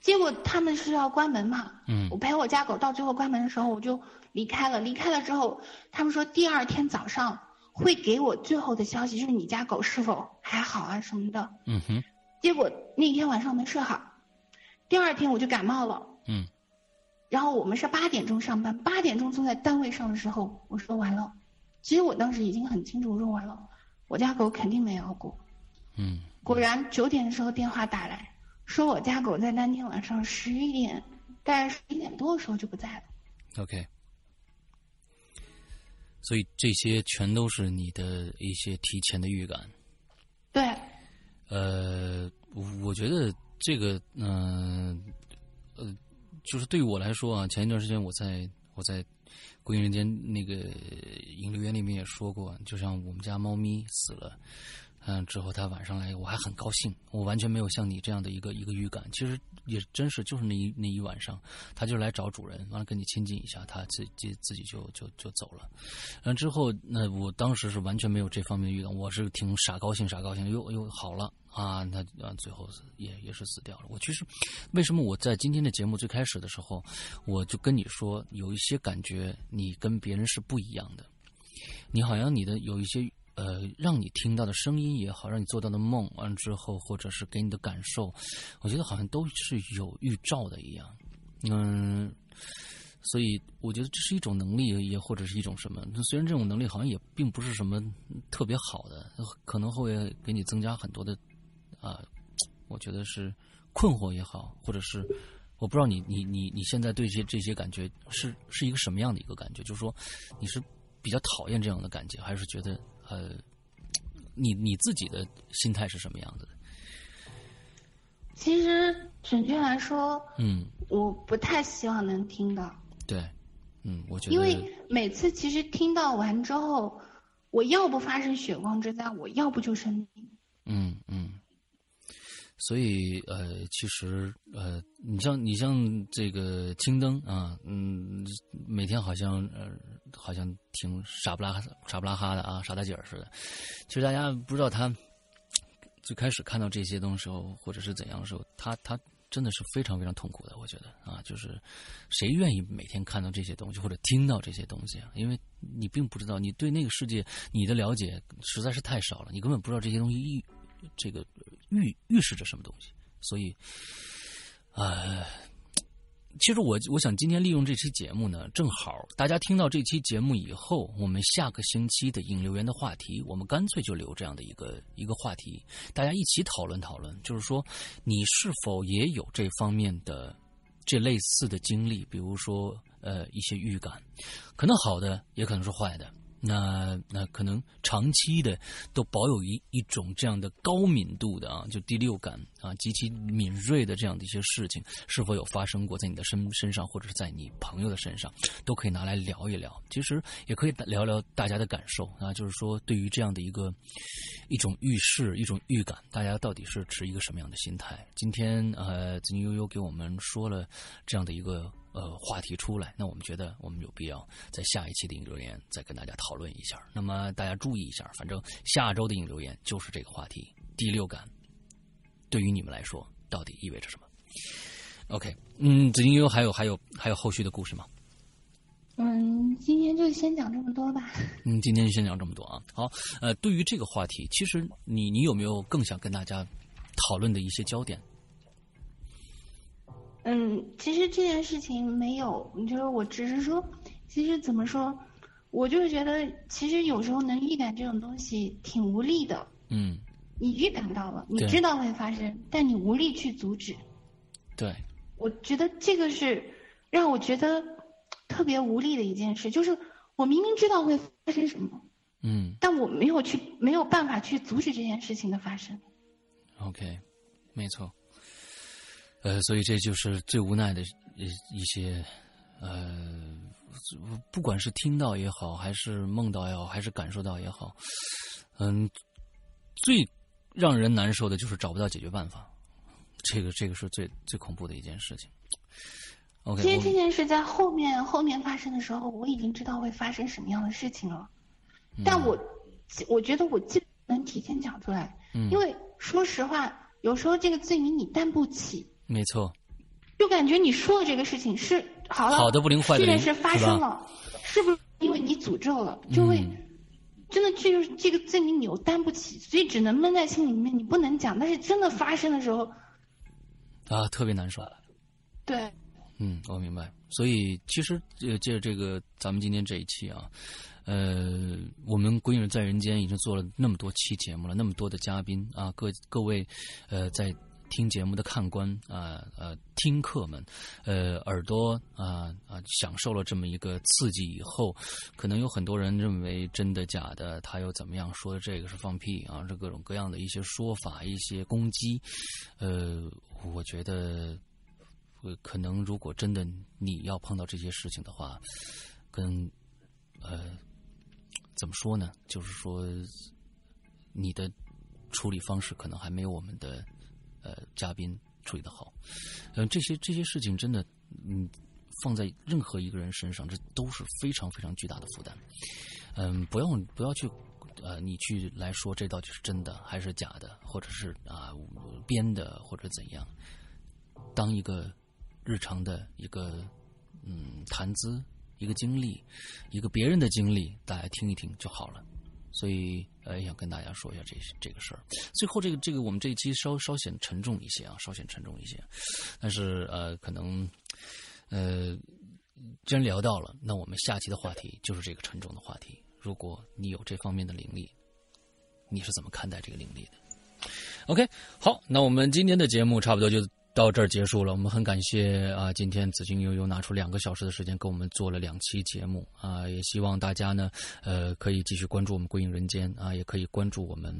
[SPEAKER 2] 结果他们是要关门嘛，
[SPEAKER 1] 嗯
[SPEAKER 2] 我陪我家狗到最后关门的时候，我就离开了。离开了之后，他们说第二天早上会给我最后的消息，就是你家狗是否还好啊什么的。
[SPEAKER 1] 嗯哼，
[SPEAKER 2] 结果那天晚上没睡好，第二天我就感冒了。
[SPEAKER 1] 嗯
[SPEAKER 2] 然后我们是八点钟上班，八点钟坐在单位上的时候，我说完了。其实我当时已经很清楚，我说完了，我家狗肯定没咬过。
[SPEAKER 1] 嗯
[SPEAKER 2] 果然九点的时候电话打来，说我家狗在那天晚上十一点，但是十一点多的时候就不在了。
[SPEAKER 1] ，OK。所以这些全都是你的一些提前的预感。
[SPEAKER 2] 对，
[SPEAKER 1] 呃，我我觉得这个，嗯、呃，就是对于我来说啊，前一段时间我在我在《归隐人间》那个影留言里面也说过，就像我们家猫咪死了，嗯、之后它晚上来，我还很高兴，我完全没有像你这样的一个一个预感，其实也真是就是那一那一晚上，它就来找主人，完了跟你亲近一下，它自己自己就就就走了。然后呃之后，那我当时是完全没有这方面的预感，我是挺傻高兴，傻高兴，又又好了啊，那啊最后也也是死掉了。我其实为什么我在今天的节目最开始的时候，我就跟你说，有一些感觉你跟别人是不一样的，你好像你的有一些。呃，让你听到的声音也好，让你做到的梦，完了之后，或者是给你的感受，我觉得好像都是有预兆的一样。嗯，所以我觉得这是一种能力，也或者是一种什么。那虽然这种能力好像也并不是什么特别好的，可能会给你增加很多的啊、我觉得是困惑也好，或者是我不知道你你你你现在对这些这些感觉是是一个什么样的一个感觉？就是说你是比较讨厌这样的感觉，还是觉得呃，你你自己的心态是什么样子的？
[SPEAKER 2] 其实准确来说，
[SPEAKER 1] 嗯，
[SPEAKER 2] 我不太希望能听到，
[SPEAKER 1] 对，嗯，我觉得
[SPEAKER 2] 因为每次其实听到完之后，我要不发生血光之灾，我要不就生病。
[SPEAKER 1] 嗯，嗯，所以呃，其实呃，你像你像这个青灯啊，嗯，每天好像呃，好像挺傻不拉傻不拉哈的啊，傻大姐儿似的。其实大家不知道他最开始看到这些东西时候，或者是怎样的时候，他他真的是非常非常痛苦的。我觉得啊，就是谁愿意每天看到这些东西或者听到这些东西啊？因为你并不知道，你对那个世界你的了解实在是太少了，你根本不知道这些东西预这个预预示着什么东西。所以，呃，其实我我想今天利用这期节目呢，正好大家听到这期节目以后，我们下个星期的引流言的话题，我们干脆就留这样的一个一个话题，大家一起讨论讨论，就是说你是否也有这方面的这类似的经历，比如说呃一些预感，可能好的，也可能是坏的。那那可能长期的都保有一一种这样的高敏度的啊，就第六感啊，极其敏锐的这样的一些事情，是否有发生过在你的身身上，或者是在你朋友的身上，都可以拿来聊一聊。其实也可以聊聊大家的感受啊，就是说对于这样的一个一种预示、一种预感，大家到底是持一个什么样的心态？今天呃，子宁悠悠给我们说了这样的一个。呃话题出来，那我们觉得我们有必要在下一期的影留言再跟大家讨论一下。那么大家注意一下，反正下周的影留言就是这个话题，第六感对于你们来说到底意味着什么？OK，嗯，子金优还有还有还有后续的故事吗？
[SPEAKER 2] 嗯，今天就先讲这么多吧。
[SPEAKER 1] 嗯，今天就先讲这么多啊。好，呃，对于这个话题，其实你你有没有更想跟大家讨论的一些焦点？
[SPEAKER 2] 嗯，其实这件事情没有，就是我只是说，其实怎么说，我就是觉得，其实有时候能预感这种东西挺无力的。
[SPEAKER 1] 嗯，
[SPEAKER 2] 你预感到了，你
[SPEAKER 1] 对
[SPEAKER 2] 知道会发生，但你无力去阻止。
[SPEAKER 1] 对，
[SPEAKER 2] 我觉得这个是让我觉得特别无力的一件事，就是我明明知道会发生什么，
[SPEAKER 1] 嗯
[SPEAKER 2] 但我没有去，没有办法去阻止这件事情的发生。
[SPEAKER 1] ，OK，没错。呃，所以这就是最无奈的呃一些，呃，不管是听到也好，还是梦到也好，还是感受到也好，嗯，最让人难受的就是找不到解决办法，这个这个是最最恐怖的一件事情。OK，
[SPEAKER 2] 其实
[SPEAKER 1] 我
[SPEAKER 2] 这件事在后面后面发生的时候，我已经知道会发生什么样的事情了，
[SPEAKER 1] 嗯
[SPEAKER 2] 但我我觉得我基本能提前讲出来，
[SPEAKER 1] 嗯
[SPEAKER 2] 因为说实话，有时候这个罪名你担不起，
[SPEAKER 1] 没错，
[SPEAKER 2] 就感觉你说的这个事情是好了，
[SPEAKER 1] 好的不灵坏的
[SPEAKER 2] 这件
[SPEAKER 1] 灵
[SPEAKER 2] 事发
[SPEAKER 1] 是吧
[SPEAKER 2] 生了，是不是因为你诅咒了，就会、
[SPEAKER 1] 嗯
[SPEAKER 2] 真的就是这个罪名你又担不起，所以只能闷在心里面，你不能讲。但是真的发生的时候，
[SPEAKER 1] 啊，特别难受。
[SPEAKER 2] 对，
[SPEAKER 1] 嗯，我明白。所以其实呃，借着这个咱们今天这一期啊，呃，我们《鬼影在人间》已经做了那么多期节目了，那么多的嘉宾啊，各各位呃在听节目的看官啊呃听客们，呃耳朵啊啊享受了这么一个刺激以后，可能有很多人认为真的假的，他又怎么样说这个是放屁啊，这各种各样的一些说法、一些攻击，呃，我觉得。呃，可能如果真的你要碰到这些事情的话，跟呃怎么说呢？就是说你的处理方式可能还没有我们的呃嘉宾处理的好。嗯、这些这些事情真的，嗯，放在任何一个人身上，这都是非常非常巨大的负担。嗯，不要不要去，呃，你去来说这到底是真的还是假的，或者是啊、编的或者怎样，当一个日常的一个嗯谈资、一个经历、一个别人的经历，大家听一听就好了。所以呃，也想跟大家说一下这这个事儿。最后这个这个我们这一期稍稍显沉重一些啊，稍显沉重一些，但是呃，可能呃，既然聊到了，那我们下期的话题就是这个沉重的话题。如果你有这方面的灵力，你是怎么看待这个灵力的？OK，好，那我们今天的节目差不多就到这儿结束了。我们很感谢啊、今天紫金悠悠拿出两个小时的时间跟我们做了两期节目啊、也希望大家呢，呃，可以继续关注我们《归隐人间》啊、也可以关注我们，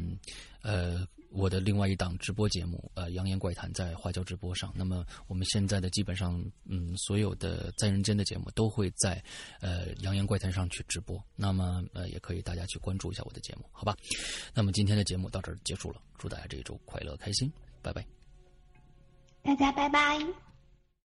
[SPEAKER 1] 呃，我的另外一档直播节目呃，《扬言怪谈》在花椒直播上。那么我们现在的基本上，嗯，所有的在人间的节目都会在呃《扬言怪谈》上去直播。那么呃，也可以大家去关注一下我的节目，好吧？那么今天的节目到这儿结束了，祝大家这一周快乐开心，拜拜。
[SPEAKER 2] 大家拜拜。